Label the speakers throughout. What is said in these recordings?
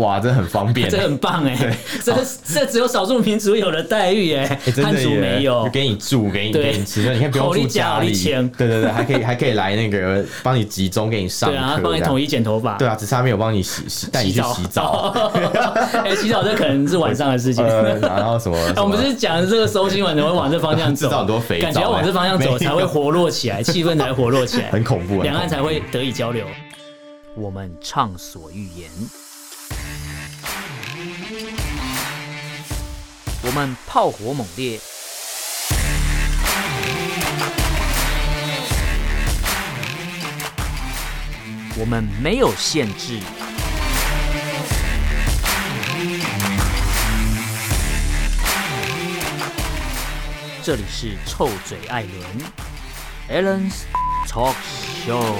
Speaker 1: 哇，这很方便，欸
Speaker 2: 这很棒哎、这这只有少数民族有的待遇哎、
Speaker 1: 欸真
Speaker 2: 汉
Speaker 1: 的
Speaker 2: 族
Speaker 1: 耶
Speaker 2: 没有
Speaker 1: 就。给你住，给你
Speaker 2: 对
Speaker 1: 给你吃，那你看不用
Speaker 2: 好利
Speaker 1: 住
Speaker 2: 家
Speaker 1: 家
Speaker 2: 好利
Speaker 1: 里，
Speaker 2: 钱
Speaker 1: 对对对，还可以还可以来那个帮你集中给你上
Speaker 2: 对啊，
Speaker 1: 课，
Speaker 2: 他帮你
Speaker 1: 这样
Speaker 2: 统一剪头发，
Speaker 1: 对啊，只是他没有帮你洗洗带你去洗澡，。
Speaker 2: 哎、洗澡这可能是晚上的事 情。
Speaker 1: 呃，然后什么，
Speaker 2: 哎我们
Speaker 1: 什
Speaker 2: 就
Speaker 1: 么
Speaker 2: 是讲这个收新闻，怎么会往这方向走？
Speaker 1: 制造很多肥皂欸
Speaker 2: 感觉要往这方向
Speaker 1: 没
Speaker 2: 走
Speaker 1: 有
Speaker 2: 才会活络起 来，气氛才活络起来，
Speaker 1: 很恐怖，很
Speaker 2: 两岸
Speaker 1: 恐
Speaker 2: 才会得以交流。我们畅所欲言，我们炮火猛烈，我们没有限制。这里是臭嘴艾伦 a l l e n s Talk Show。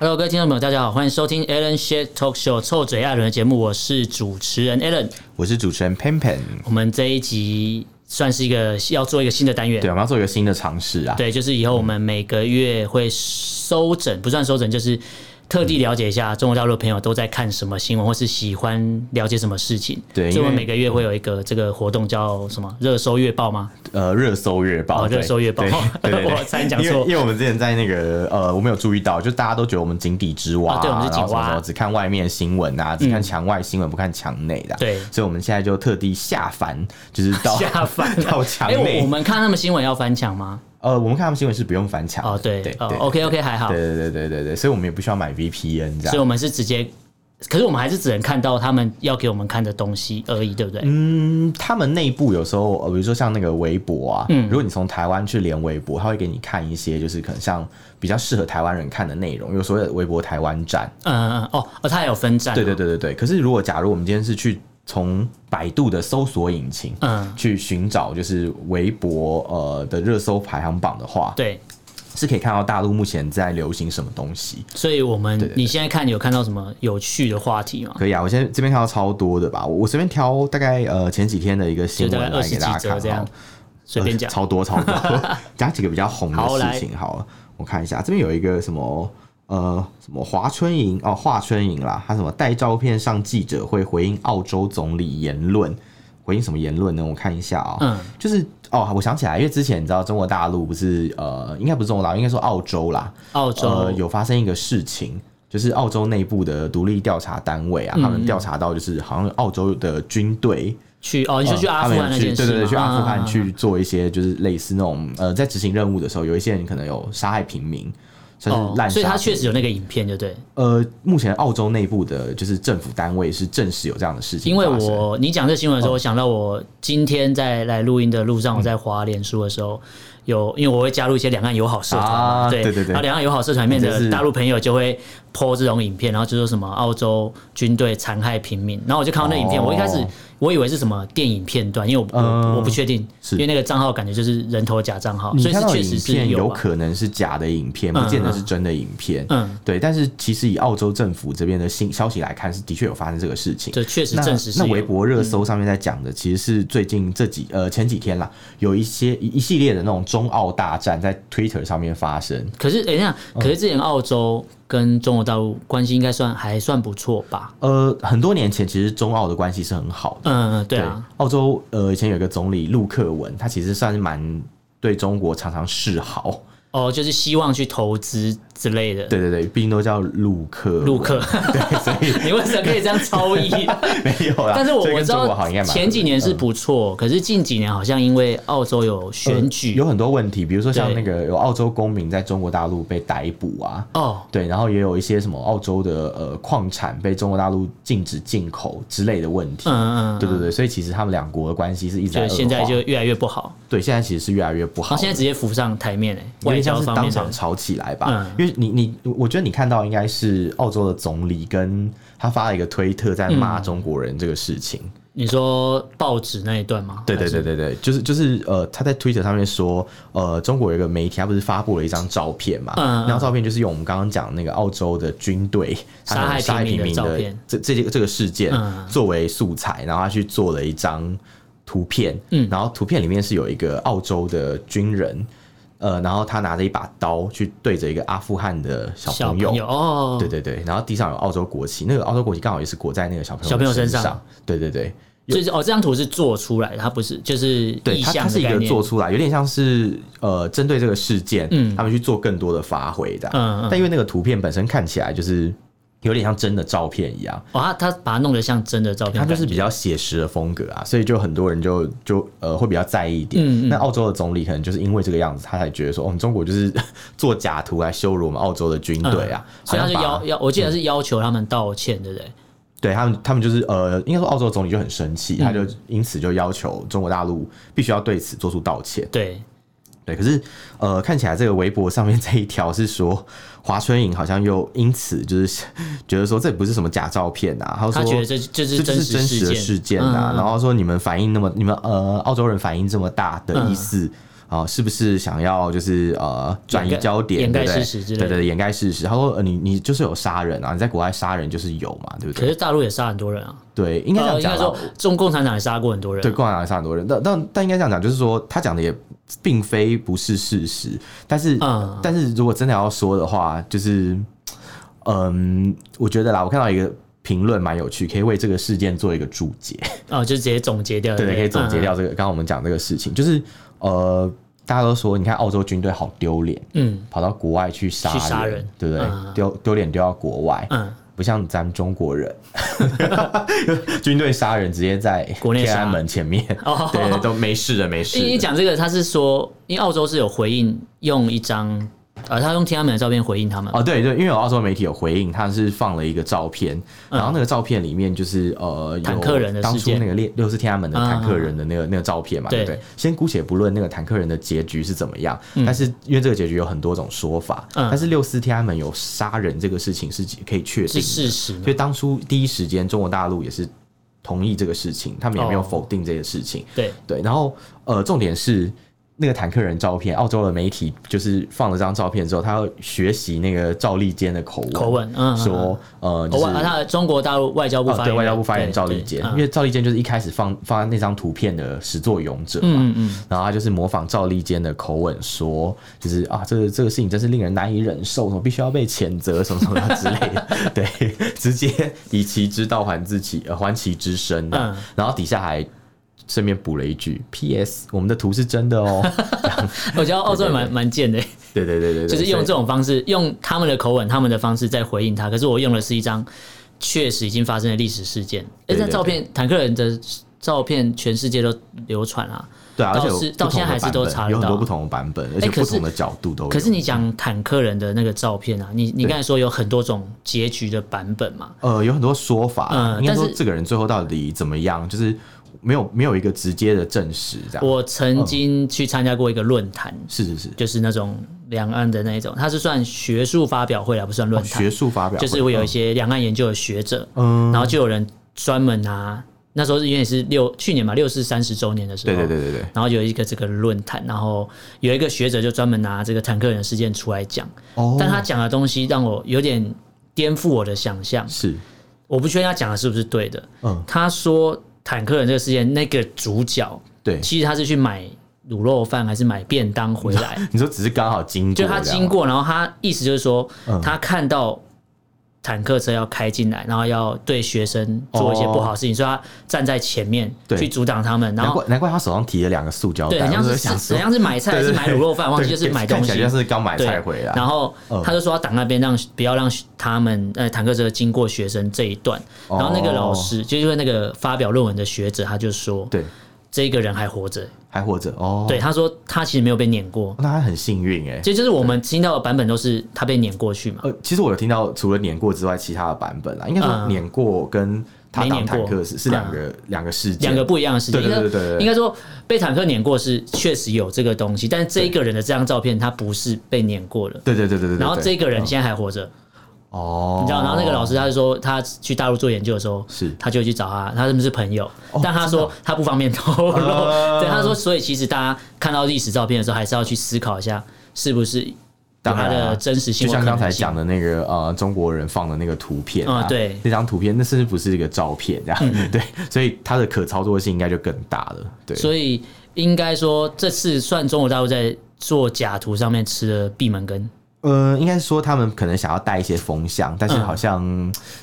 Speaker 2: Hello，各位听众朋友，大家好，欢迎收听 Alan Shit Talk Show 臭嘴艾伦的节目，我是主持人 Alan。
Speaker 1: 我是主持人 Pan Pan，
Speaker 2: 我们这一集算是一个要做一个新的单元
Speaker 1: 对，，啊我们要做一个新的尝试啊，
Speaker 2: 对，就是以后我们每个月会收整，不算收整，就是特地了解一下中国大陆的朋友都在看什么新闻，或是喜欢了解什么事情。
Speaker 1: 对
Speaker 2: 所以我们
Speaker 1: 因为
Speaker 2: 每个月会有一个这个活动叫什么“热搜月报”吗？
Speaker 1: 呃，热搜月报，
Speaker 2: 哦
Speaker 1: 对
Speaker 2: 热搜月报
Speaker 1: 对对对对
Speaker 2: 我差点讲错
Speaker 1: 因为因为我们之前在那个呃，我们有注意到，就大家都觉得我们井底之蛙、
Speaker 2: 啊对我们是井蛙
Speaker 1: 然后什么什么只看外面新闻啊，只看墙外新闻，不看墙内的啊、
Speaker 2: 对
Speaker 1: 所以我们现在就特地下凡，就是到
Speaker 2: 下凡
Speaker 1: 到墙
Speaker 2: 哎、
Speaker 1: 内、
Speaker 2: 我我们看他们新闻要翻墙吗？
Speaker 1: 呃，我们看他们新闻是不用翻墙的
Speaker 2: 哦，对，
Speaker 1: 对
Speaker 2: 哦
Speaker 1: 对
Speaker 2: ，OK OK，还好。
Speaker 1: 对对对对对对，所以我们也不需要买 VPN 这
Speaker 2: 所以我
Speaker 1: 样。
Speaker 2: 们是直接，可是我们还是只能看到他们要给我们看的东西而已，对不对？
Speaker 1: 嗯，他们内部有时候，呃，比如说像那个微博啊，嗯，如果你从台湾去连微博，他会给你看一些就是可能像比较适合台湾人看的内容，有所谓的微博台湾站。
Speaker 2: 嗯嗯嗯哦哦，它还有分站、
Speaker 1: 对对，对对对。可是如果假如我们今天是去从百度的搜索引擎，
Speaker 2: 嗯，
Speaker 1: 去寻找就是微博呃的热搜排行榜的话，
Speaker 2: 对。
Speaker 1: 是可以看到大陆目前在流行什么东西。
Speaker 2: 所以我们
Speaker 1: 对对对
Speaker 2: 你现在看有看到什么有趣的话题吗？
Speaker 1: 可以啊，我现在这边看到超多的吧，我我随便挑大概呃前几天的一个新
Speaker 2: 就大
Speaker 1: 闻
Speaker 2: 概
Speaker 1: 来给大
Speaker 2: 20几则
Speaker 1: 家
Speaker 2: 这
Speaker 1: 看
Speaker 2: 样
Speaker 1: 哦，
Speaker 2: 随便讲
Speaker 1: 呃。超多超 多，讲几个比较红的
Speaker 2: 好来
Speaker 1: 事情好了，我看一下，这边有一个什么呃什么华春莹哦，华春莹啦，她什么带照片上记者会回应澳洲总理言论。回应什么言论呢？我看一下啊、
Speaker 2: 嗯
Speaker 1: 就是哦，我想起来，因为之前你知道中国大陆不是呃，应该不是中国大陆，应该说澳洲啦，
Speaker 2: 澳洲、
Speaker 1: 呃、有发生一个事情，就是澳洲内部的独立调查单位
Speaker 2: 嗯
Speaker 1: 啊，他们调查到就是好像澳洲的军队，
Speaker 2: 去哦，你说去
Speaker 1: 呃
Speaker 2: 阿
Speaker 1: 他
Speaker 2: 富汗
Speaker 1: 们有
Speaker 2: 那
Speaker 1: 去
Speaker 2: 件事吗、
Speaker 1: 对对对，去阿富汗
Speaker 2: 嗯，嗯嗯
Speaker 1: 去做一些就是类似那种呃，在执行任务的时候，有一些人可能有杀害平民，算
Speaker 2: 哦
Speaker 1: 是滥杀平民、
Speaker 2: 所以他确实有那个影片，就对。
Speaker 1: 呃，目前澳洲内部的就是政府单位是证实有这样的事情
Speaker 2: 因为
Speaker 1: 发生，
Speaker 2: 我你讲这新闻
Speaker 1: 哦
Speaker 2: 的时候，我想到我今天在来录音的路
Speaker 1: 嗯
Speaker 2: 上，我在滑脸书的时候，有因为我会加入一些两岸友好社团嘛，
Speaker 1: 啊
Speaker 2: 对
Speaker 1: 对对对
Speaker 2: 然后两岸友好社团里面
Speaker 1: 就
Speaker 2: 的
Speaker 1: 是
Speaker 2: 大陆朋友就会 po 这种影片，然后就说什么澳洲军队残害平民，然后我就看到那影片，
Speaker 1: 哦
Speaker 2: 我一开始我以为是什么电影片段，因为我我
Speaker 1: 嗯
Speaker 2: 我不确定，
Speaker 1: 是
Speaker 2: 因为那个账号感觉就是人头假账号，
Speaker 1: 你
Speaker 2: 所以
Speaker 1: 看
Speaker 2: 是
Speaker 1: 到的
Speaker 2: 确
Speaker 1: 影
Speaker 2: 实是
Speaker 1: 片有
Speaker 2: 啊
Speaker 1: 可能是假的影片，不见得是真的影片。
Speaker 2: 嗯，
Speaker 1: 对。但是其实以澳洲政府这边的新消息来看，是的确有发生这个事情。
Speaker 2: 这确实
Speaker 1: 那
Speaker 2: 证实是
Speaker 1: 那
Speaker 2: 有
Speaker 1: 微博热搜上面在讲的，其实是最近这几呃前几天啦，有一些一一系列的那种中澳大战在 Twitter 上面发生。
Speaker 2: 可是哎、那样，
Speaker 1: 嗯
Speaker 2: 可是之前澳洲跟中国大陆关系应该算还算不错吧？
Speaker 1: 呃，很多年前其实中澳的关系是很好的。
Speaker 2: 嗯，嗯对啊。，
Speaker 1: 澳洲呃以前有一个总理陆克文，他其实算是蛮对中国常常示好。
Speaker 2: 哦，就是希望去投资之类的。
Speaker 1: 对对对，毕竟都叫陆克文
Speaker 2: 陆克，
Speaker 1: 对，所以
Speaker 2: 你为什么可以这样超译？
Speaker 1: 没有啦。
Speaker 2: 但是我
Speaker 1: 所以
Speaker 2: 我
Speaker 1: 跟
Speaker 2: 知
Speaker 1: 中国好
Speaker 2: 道
Speaker 1: 像应该蛮
Speaker 2: 前几年是不错，可是近几年好像因为澳洲有选
Speaker 1: 嗯呃
Speaker 2: 举
Speaker 1: 有很多问题，比如说像
Speaker 2: 对
Speaker 1: 那个有澳洲公民在中国大陆被逮捕啊。
Speaker 2: 哦，
Speaker 1: 对，然后也有一些什么澳洲的呃矿产被中国大陆禁止进口之类的问题，
Speaker 2: 嗯嗯，
Speaker 1: 对对对，所以其实他们两国的关系是一直在
Speaker 2: 就
Speaker 1: 恶化
Speaker 2: 现在就越来越不好，
Speaker 1: 对，现在其实是越来越不好
Speaker 2: 然
Speaker 1: 的。
Speaker 2: 后现在直接浮上台面嘞，
Speaker 1: 有
Speaker 2: 外
Speaker 1: 点
Speaker 2: 交
Speaker 1: 像是
Speaker 2: 方
Speaker 1: 当
Speaker 2: 面
Speaker 1: 场
Speaker 2: 的。
Speaker 1: 吵起来吧，
Speaker 2: 嗯
Speaker 1: 因为你你，我觉得你看到应该是澳洲的总理跟他发了一个推特在
Speaker 2: 嗯
Speaker 1: 骂中国人这个事情。
Speaker 2: 你说报纸那一段吗？
Speaker 1: 对对
Speaker 2: 还是
Speaker 1: 对，对对，就是就是呃，他在推特上面说，呃，中国有一个媒体，他不是发布了一张照片嘛？
Speaker 2: 嗯嗯
Speaker 1: 那张照片就是用我们刚刚讲那个澳洲的军队他
Speaker 2: 杀害
Speaker 1: 那个杀害
Speaker 2: 平民
Speaker 1: 平
Speaker 2: 的
Speaker 1: 民
Speaker 2: 照
Speaker 1: 的
Speaker 2: 片
Speaker 1: 这这这个事件
Speaker 2: 嗯
Speaker 1: 作为素材，然后他去做了一张图片，
Speaker 2: 嗯
Speaker 1: 然后图片里面是有一个澳洲的军人。呃，然后他拿着一把刀去对着一个阿富汗的小
Speaker 2: 小
Speaker 1: 朋友，
Speaker 2: 朋友哦，
Speaker 1: 对对对，然后地上有澳洲国旗，那个澳洲国旗刚好也是裹在那个小朋友
Speaker 2: 小朋友
Speaker 1: 身
Speaker 2: 身上
Speaker 1: 对对对，
Speaker 2: 就是哦，这张图是做出来的，它不是就是
Speaker 1: 对，
Speaker 2: 意
Speaker 1: 它它
Speaker 2: 象
Speaker 1: 是
Speaker 2: 的
Speaker 1: 一
Speaker 2: 概
Speaker 1: 个
Speaker 2: 念。
Speaker 1: 做出来，有点像是呃，针对这个事件，
Speaker 2: 嗯
Speaker 1: 他们去做更多的发挥的。
Speaker 2: 嗯嗯
Speaker 1: 但因为那个图片本身看起来就是有点像真的照片一样，
Speaker 2: 哦，他他把它弄得像真的照片
Speaker 1: 它
Speaker 2: 感觉，
Speaker 1: 就是比较写实的风格啊，所以就很多人就就呃会比较在意一点。
Speaker 2: 嗯嗯
Speaker 1: 那澳洲的总理可能就是因为这个样子，他才觉得说，哦，你中国就是 做假图来羞辱我们澳洲的军队啊，
Speaker 2: 嗯所以他
Speaker 1: 好
Speaker 2: 就
Speaker 1: 像把嗯
Speaker 2: 要要，我记得是要求他们道歉，对不对？
Speaker 1: 对他们，他们就是呃，应该说澳洲总理就很生气，
Speaker 2: 嗯
Speaker 1: 他就因此就要求中国大陆必须要对此做出道歉。
Speaker 2: 对，
Speaker 1: 对，可是呃，看起来这个微博上面这一条是说，华春莹好像又因此就是觉得说这不是什么假照片啊，他说
Speaker 2: 他觉得这这是
Speaker 1: 这就是
Speaker 2: 实
Speaker 1: 真实的
Speaker 2: 件，
Speaker 1: 事件啊，
Speaker 2: 嗯
Speaker 1: 然后说你们反应那么，你们呃澳洲人反应这么大的意
Speaker 2: 嗯
Speaker 1: 思。啊，是不是想要就是呃转移
Speaker 2: 掩盖
Speaker 1: 焦点，
Speaker 2: 掩盖
Speaker 1: 对不对
Speaker 2: 事实之类的
Speaker 1: 对对对，掩盖事实。他说呃你你就是有杀人啊，你在国外杀人就是有嘛，对不
Speaker 2: 可
Speaker 1: 对？
Speaker 2: 是大陆也杀很多人啊，
Speaker 1: 对，应该这
Speaker 2: 呃
Speaker 1: 样
Speaker 2: 应
Speaker 1: 讲
Speaker 2: 该
Speaker 1: 啦。
Speaker 2: 说中共产党也杀过很多人，
Speaker 1: 对，共产党也杀很多人，但但但应该这样讲，就是说他讲的也并非不是事实，但是、
Speaker 2: 嗯
Speaker 1: 但是如果真的要说的话，就是嗯，我觉得啦，我看到一个评论蛮有趣，可以为这个事件做一个注解，
Speaker 2: 哦，就直接总结掉，
Speaker 1: 对
Speaker 2: 对，嗯
Speaker 1: 可以总结掉这个。刚刚我们讲这个事情，就是呃，大家都说你看澳洲军队好丢脸，
Speaker 2: 嗯，
Speaker 1: 跑到国外去杀
Speaker 2: 去杀人
Speaker 1: 对不对？
Speaker 2: 嗯
Speaker 1: 丢丢脸丢到国外，
Speaker 2: 嗯嗯，
Speaker 1: 不像咱们中国人， 军队杀人直接在
Speaker 2: 国内杀
Speaker 1: 天安门前面，
Speaker 2: 哦
Speaker 1: 对，都没事的，没事
Speaker 2: 一一
Speaker 1: 的。
Speaker 2: 讲这个，他是说，因为澳洲是有回应，用一张，呃，他用天安门的照片回应他们，
Speaker 1: 哦，对对，因为有澳洲媒体有回应，他是放了一个照片，然后那个照片里面就是呃，有
Speaker 2: 嗯坦克人的
Speaker 1: 当
Speaker 2: 事
Speaker 1: 初
Speaker 2: 件嗯
Speaker 1: 那个六六四天安门的坦克人的那个那个照片嘛，对不
Speaker 2: 对
Speaker 1: 对？先姑且不论那个坦克人的结局是怎么样，但是因为这个结局有很多种说法，
Speaker 2: 嗯
Speaker 1: 但是六四天安门有杀人这个事情是可以确定
Speaker 2: 是
Speaker 1: 的，
Speaker 2: 事实嘛
Speaker 1: 所以当初第一时间中国大陆也是同意这个事情，他们也没有
Speaker 2: 哦
Speaker 1: 否定这个事情。
Speaker 2: 对，
Speaker 1: 对，然后呃，重点是那个坦克人照片，澳洲的媒体就是放了张照片之后，他要学习那个赵立坚的口吻，
Speaker 2: 口吻，嗯，嗯嗯
Speaker 1: 说呃，就
Speaker 2: 哦，
Speaker 1: 是、
Speaker 2: 外啊他中国大陆外交部
Speaker 1: 呃
Speaker 2: 发言
Speaker 1: 对
Speaker 2: 人，
Speaker 1: 外交部发言人赵立
Speaker 2: 对
Speaker 1: 坚，
Speaker 2: 嗯
Speaker 1: 因为赵立坚就是一开始放放在那张图片的始作俑者嘛，
Speaker 2: 嗯嗯，
Speaker 1: 然后他就是模仿赵立坚的口吻说，就是啊，这个这个事情真是令人难以忍受，什么必须要被谴责，什么什么之类 的，对，直接以其之道还自其呃还其之身、啊，
Speaker 2: 嗯
Speaker 1: 然后底下还。顺便补了一句：“P.S. 我们的图是真的 哦。
Speaker 2: 我觉得澳洲人蛮蛮贱的，”
Speaker 1: 对对对对对，
Speaker 2: 就是用
Speaker 1: 所以
Speaker 2: 这种方式，用他们的口吻、他们的方式在回应他。可是我用的是一张确实已经发生的历史事件，而
Speaker 1: 对
Speaker 2: 且
Speaker 1: 对
Speaker 2: 照片坦克人的照片全世界都流传啊。
Speaker 1: 对啊，而且
Speaker 2: 到
Speaker 1: 有
Speaker 2: 是
Speaker 1: 不
Speaker 2: 到
Speaker 1: 同
Speaker 2: 现在
Speaker 1: 的
Speaker 2: 还是
Speaker 1: 版
Speaker 2: 都
Speaker 1: 本
Speaker 2: 查得
Speaker 1: 有很多
Speaker 2: 到
Speaker 1: 不同的版本，而
Speaker 2: 哎
Speaker 1: 且
Speaker 2: 可
Speaker 1: 不同
Speaker 2: 是
Speaker 1: 的角度都有。
Speaker 2: 可是你讲坦克人的那个照片啊，你你
Speaker 1: 对
Speaker 2: 刚才说有很多种结局的版本嘛？
Speaker 1: 呃，有很多说法，
Speaker 2: 嗯
Speaker 1: 应该
Speaker 2: 但
Speaker 1: 说
Speaker 2: 是
Speaker 1: 这个人最后到底怎么样，就是没有没有一个直接的证实，这样。
Speaker 2: 我曾经去参加过一个论坛，
Speaker 1: 是是是，
Speaker 2: 就是那种两岸的那一种，它是算学术发表会啦，不算论坛
Speaker 1: 学。术发表
Speaker 2: 就是
Speaker 1: 会
Speaker 2: 会有一
Speaker 1: 嗯
Speaker 2: 些两岸研究的学者，
Speaker 1: 嗯
Speaker 2: 然后就有人专门拿那时候是因为是六去年嘛六四三十周年的时
Speaker 1: 对对
Speaker 2: 候，
Speaker 1: 对对对，
Speaker 2: 然后有一个这个论坛，然后有一个学者就专门拿这个坦克人事件出来讲，
Speaker 1: 哦
Speaker 2: 但他讲的东西让我有点颠覆我的想象，
Speaker 1: 是
Speaker 2: 我不确定他讲的是不是对的。
Speaker 1: 嗯
Speaker 2: 他说坦克人这个事件那个主角，
Speaker 1: 对，
Speaker 2: 其实他是去买卤肉饭还是买便当回来，
Speaker 1: 你说只是刚好经过，
Speaker 2: 就他经，过，然后他意思就是说，
Speaker 1: 嗯
Speaker 2: 他看到坦克车要开进来，然后要对学生做一些不好的事情，所以他站在前面
Speaker 1: 对
Speaker 2: 去阻挡他们，然
Speaker 1: 难
Speaker 2: 后
Speaker 1: 怪难怪他手上提了两个塑胶
Speaker 2: 对，
Speaker 1: 袋，
Speaker 2: 很像
Speaker 1: 我就是想
Speaker 2: 是
Speaker 1: 说
Speaker 2: 很像是买菜还是
Speaker 1: 对对
Speaker 2: 买卤肉饭，忘记
Speaker 1: 对
Speaker 2: 就是买
Speaker 1: 看
Speaker 2: 东
Speaker 1: 起来
Speaker 2: 西
Speaker 1: 像。是刚买
Speaker 2: 对
Speaker 1: 菜回来，嗯
Speaker 2: 然后他就说要挡那边，让不要让他们呃坦克车经过学生这一段。
Speaker 1: 哦
Speaker 2: 然后那个老师，就因为那个发表论文的学者，他就说，
Speaker 1: 对
Speaker 2: 这个人还活着。
Speaker 1: 还活着哦，
Speaker 2: 对，
Speaker 1: 哦，
Speaker 2: 他说他其实没有被碾过，
Speaker 1: 那他很幸运哎。
Speaker 2: 其实就是我们听到的版本都是他被碾过去嘛。
Speaker 1: 呃，其实我有听到除了碾过之外，其他的版本啊，应该说
Speaker 2: 嗯
Speaker 1: 碾过跟他
Speaker 2: 没
Speaker 1: 挡
Speaker 2: 碾
Speaker 1: 坦
Speaker 2: 过嗯
Speaker 1: 克是是两个两个事件，
Speaker 2: 两个不一样的事情。
Speaker 1: 对对对对对对
Speaker 2: 应该说被坦克碾过是确实有这个东西，但是这一个人的这张照片他不是被碾过的。
Speaker 1: 对对对对对对，
Speaker 2: 然后
Speaker 1: 对
Speaker 2: 这个人现在还活着，
Speaker 1: 哦，
Speaker 2: 你知道？然后那个老师他就说，他去大陆做研究的时候，
Speaker 1: 是哦
Speaker 2: 他就去找他，他们是朋友，但他说他不方便透露。
Speaker 1: 啊
Speaker 2: 对，他说，所以其实大家看到历史照片的时候，还是要去思考一下，是不是有
Speaker 1: 当
Speaker 2: 它
Speaker 1: 然啊
Speaker 2: 的真实性
Speaker 1: 就
Speaker 2: 或可能性。
Speaker 1: 像刚才讲的那个呃，中国人放的那个图片啊，
Speaker 2: 嗯对嗯
Speaker 1: 那张图片那甚至不是一个照片，这样、 对，所以它的可操作性应该就更大了，对，
Speaker 2: 所以应该说，这次算中国大陆在做假图上面吃了闭门羹。
Speaker 1: 呃，应该是说他们可能想要带一些风向，但是好像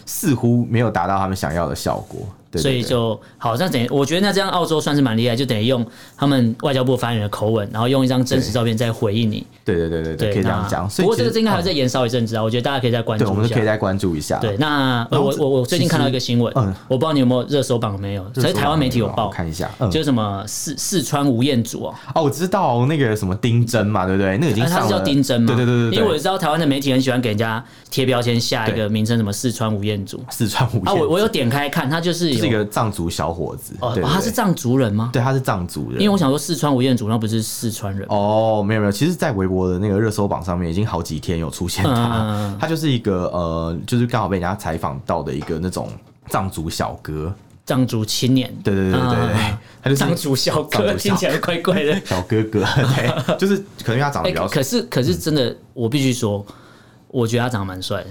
Speaker 1: 似乎没有达到他们想要的效果，对
Speaker 2: 所以
Speaker 1: 对对
Speaker 2: 就好，那等于我觉得那这样澳洲算是蛮厉害，就等于用他们外交部发言人的口吻，然后用一张真实照片再回应你。
Speaker 1: 对对对对对，
Speaker 2: 对，
Speaker 1: 可以这样
Speaker 2: 那
Speaker 1: 讲。所以
Speaker 2: 不过这
Speaker 1: 其
Speaker 2: 个
Speaker 1: 实
Speaker 2: 应该还要
Speaker 1: 嗯
Speaker 2: 再延烧一阵子啊，我觉得大家可以再关注
Speaker 1: 对，
Speaker 2: 一下。
Speaker 1: 我们都可以再关注一下。
Speaker 2: 对，那呃
Speaker 1: 然后
Speaker 2: 我我我最近看到一个新闻，
Speaker 1: 其实嗯
Speaker 2: 我不知道你有没有热搜榜没有，
Speaker 1: 这个
Speaker 2: 可是
Speaker 1: 是
Speaker 2: 台湾媒体有
Speaker 1: 我
Speaker 2: 报，
Speaker 1: 看一下。嗯，
Speaker 2: 就是什么四四川吴彦祖哦，
Speaker 1: 哦，我知道那个什么丁真嘛，对不对？那个已经
Speaker 2: 啊
Speaker 1: 上
Speaker 2: 他
Speaker 1: 了。
Speaker 2: 是叫丁真嘛？
Speaker 1: 对对对对对。
Speaker 2: 因为我知道台湾的媒体很喜欢给人家贴标签，下一个名称什么四川吴彦祖
Speaker 1: 四川五
Speaker 2: 啊，我我
Speaker 1: 有
Speaker 2: 有点开看，他就是
Speaker 1: 是一
Speaker 2: 有
Speaker 1: 个藏族小伙子，
Speaker 2: 哦，
Speaker 1: 对，
Speaker 2: 哦
Speaker 1: 对
Speaker 2: 他是，藏族人吗？
Speaker 1: 对对，他是藏族人。
Speaker 2: 因为我想说四川吴彦祖那不是四川人吗，
Speaker 1: 哦，没有没有，其实，在微博的那个热搜榜上面，已经好几天有出现他，
Speaker 2: 嗯
Speaker 1: 他就是一个呃，就是刚好被人家采访到的一个那种藏族小哥，
Speaker 2: 藏族青年，
Speaker 1: 对对对对对对
Speaker 2: 嗯，
Speaker 1: 他就是
Speaker 2: 藏族小
Speaker 1: 藏
Speaker 2: 哥
Speaker 1: 族小
Speaker 2: 听起来怪怪 的。
Speaker 1: 小哥哥，对，就是可能因为他长得
Speaker 2: 哎、
Speaker 1: 比较
Speaker 2: 可是可是真的，我必须说，我觉得他长得蛮帅的。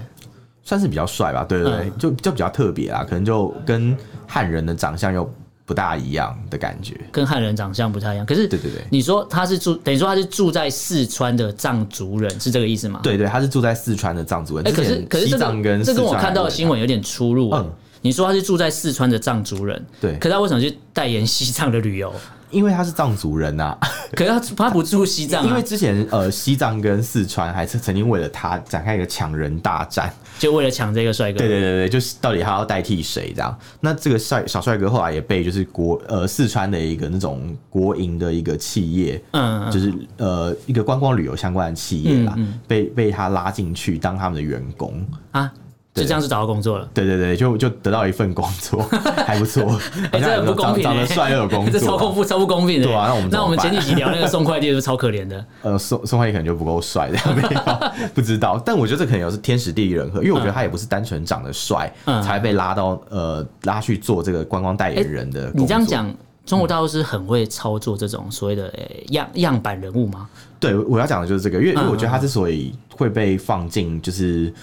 Speaker 1: 算是比较帅吧，对对
Speaker 2: 嗯
Speaker 1: 对，就就比较特别啦，可能就跟汉人的长相又不大一样的感觉，
Speaker 2: 跟汉人长相不太一样。可是，
Speaker 1: 对对对
Speaker 2: 你说他是住，等于说他是住在四川的藏族人，是这个意思吗？。
Speaker 1: 对对，他是住在四川的藏族人，
Speaker 2: 哎、可
Speaker 1: 之
Speaker 2: 是
Speaker 1: 前
Speaker 2: 可是
Speaker 1: 西
Speaker 2: 这
Speaker 1: 藏
Speaker 2: 个
Speaker 1: 跟
Speaker 2: 这
Speaker 1: 四
Speaker 2: 跟我
Speaker 1: 川
Speaker 2: 看到的
Speaker 1: 人
Speaker 2: 新闻有点出入、哎
Speaker 1: 嗯
Speaker 2: 你说他是住在四川的藏族人，
Speaker 1: 对
Speaker 2: 可是他为什么去代言西藏的旅 游？
Speaker 1: 因为他是藏族人呐、
Speaker 2: 可是他他不住西藏、啊，
Speaker 1: 因为之前呃西藏跟四川还是曾经为了他展开一个抢人大战，
Speaker 2: 就为了抢这个帅哥。
Speaker 1: 对对对对，就是到底他要代替谁这样？那这个帅小帅哥后来也被就是国呃四川的一个那种国营的一个企业，
Speaker 2: 嗯，嗯
Speaker 1: 就是呃一个观光旅游相关的企业啦，被被他拉进去当他们的员工，
Speaker 2: 啊，就
Speaker 1: 对
Speaker 2: 这样就找到工作了。
Speaker 1: 对对对，就就得到一份工 作，还不错，好
Speaker 2: 哎、
Speaker 1: 像
Speaker 2: 这很
Speaker 1: 有
Speaker 2: 不公
Speaker 1: 长
Speaker 2: 平、欸，
Speaker 1: 长得帅又有工
Speaker 2: 这超
Speaker 1: 作啊
Speaker 2: 不。超不公平的、
Speaker 1: 对啊那我们怎么
Speaker 2: 前
Speaker 1: 办
Speaker 2: 几集聊那个送快递的是超 可怜的，
Speaker 1: 呃，宋宋慧可能就不够帅，这样没 有不知道。但我觉得这可能也是天时地利人和，因为我觉得他也不是单纯长得帅、
Speaker 2: 嗯
Speaker 1: 才被拉到呃拉去做这个观光代言人的、
Speaker 2: 哎你这样，讲，中国大陆是很会操作这种所谓的、呃样样板人物吗？
Speaker 1: 对我要讲的就是这个，因为因为
Speaker 2: 嗯
Speaker 1: 我觉得他之所以会被放进就是。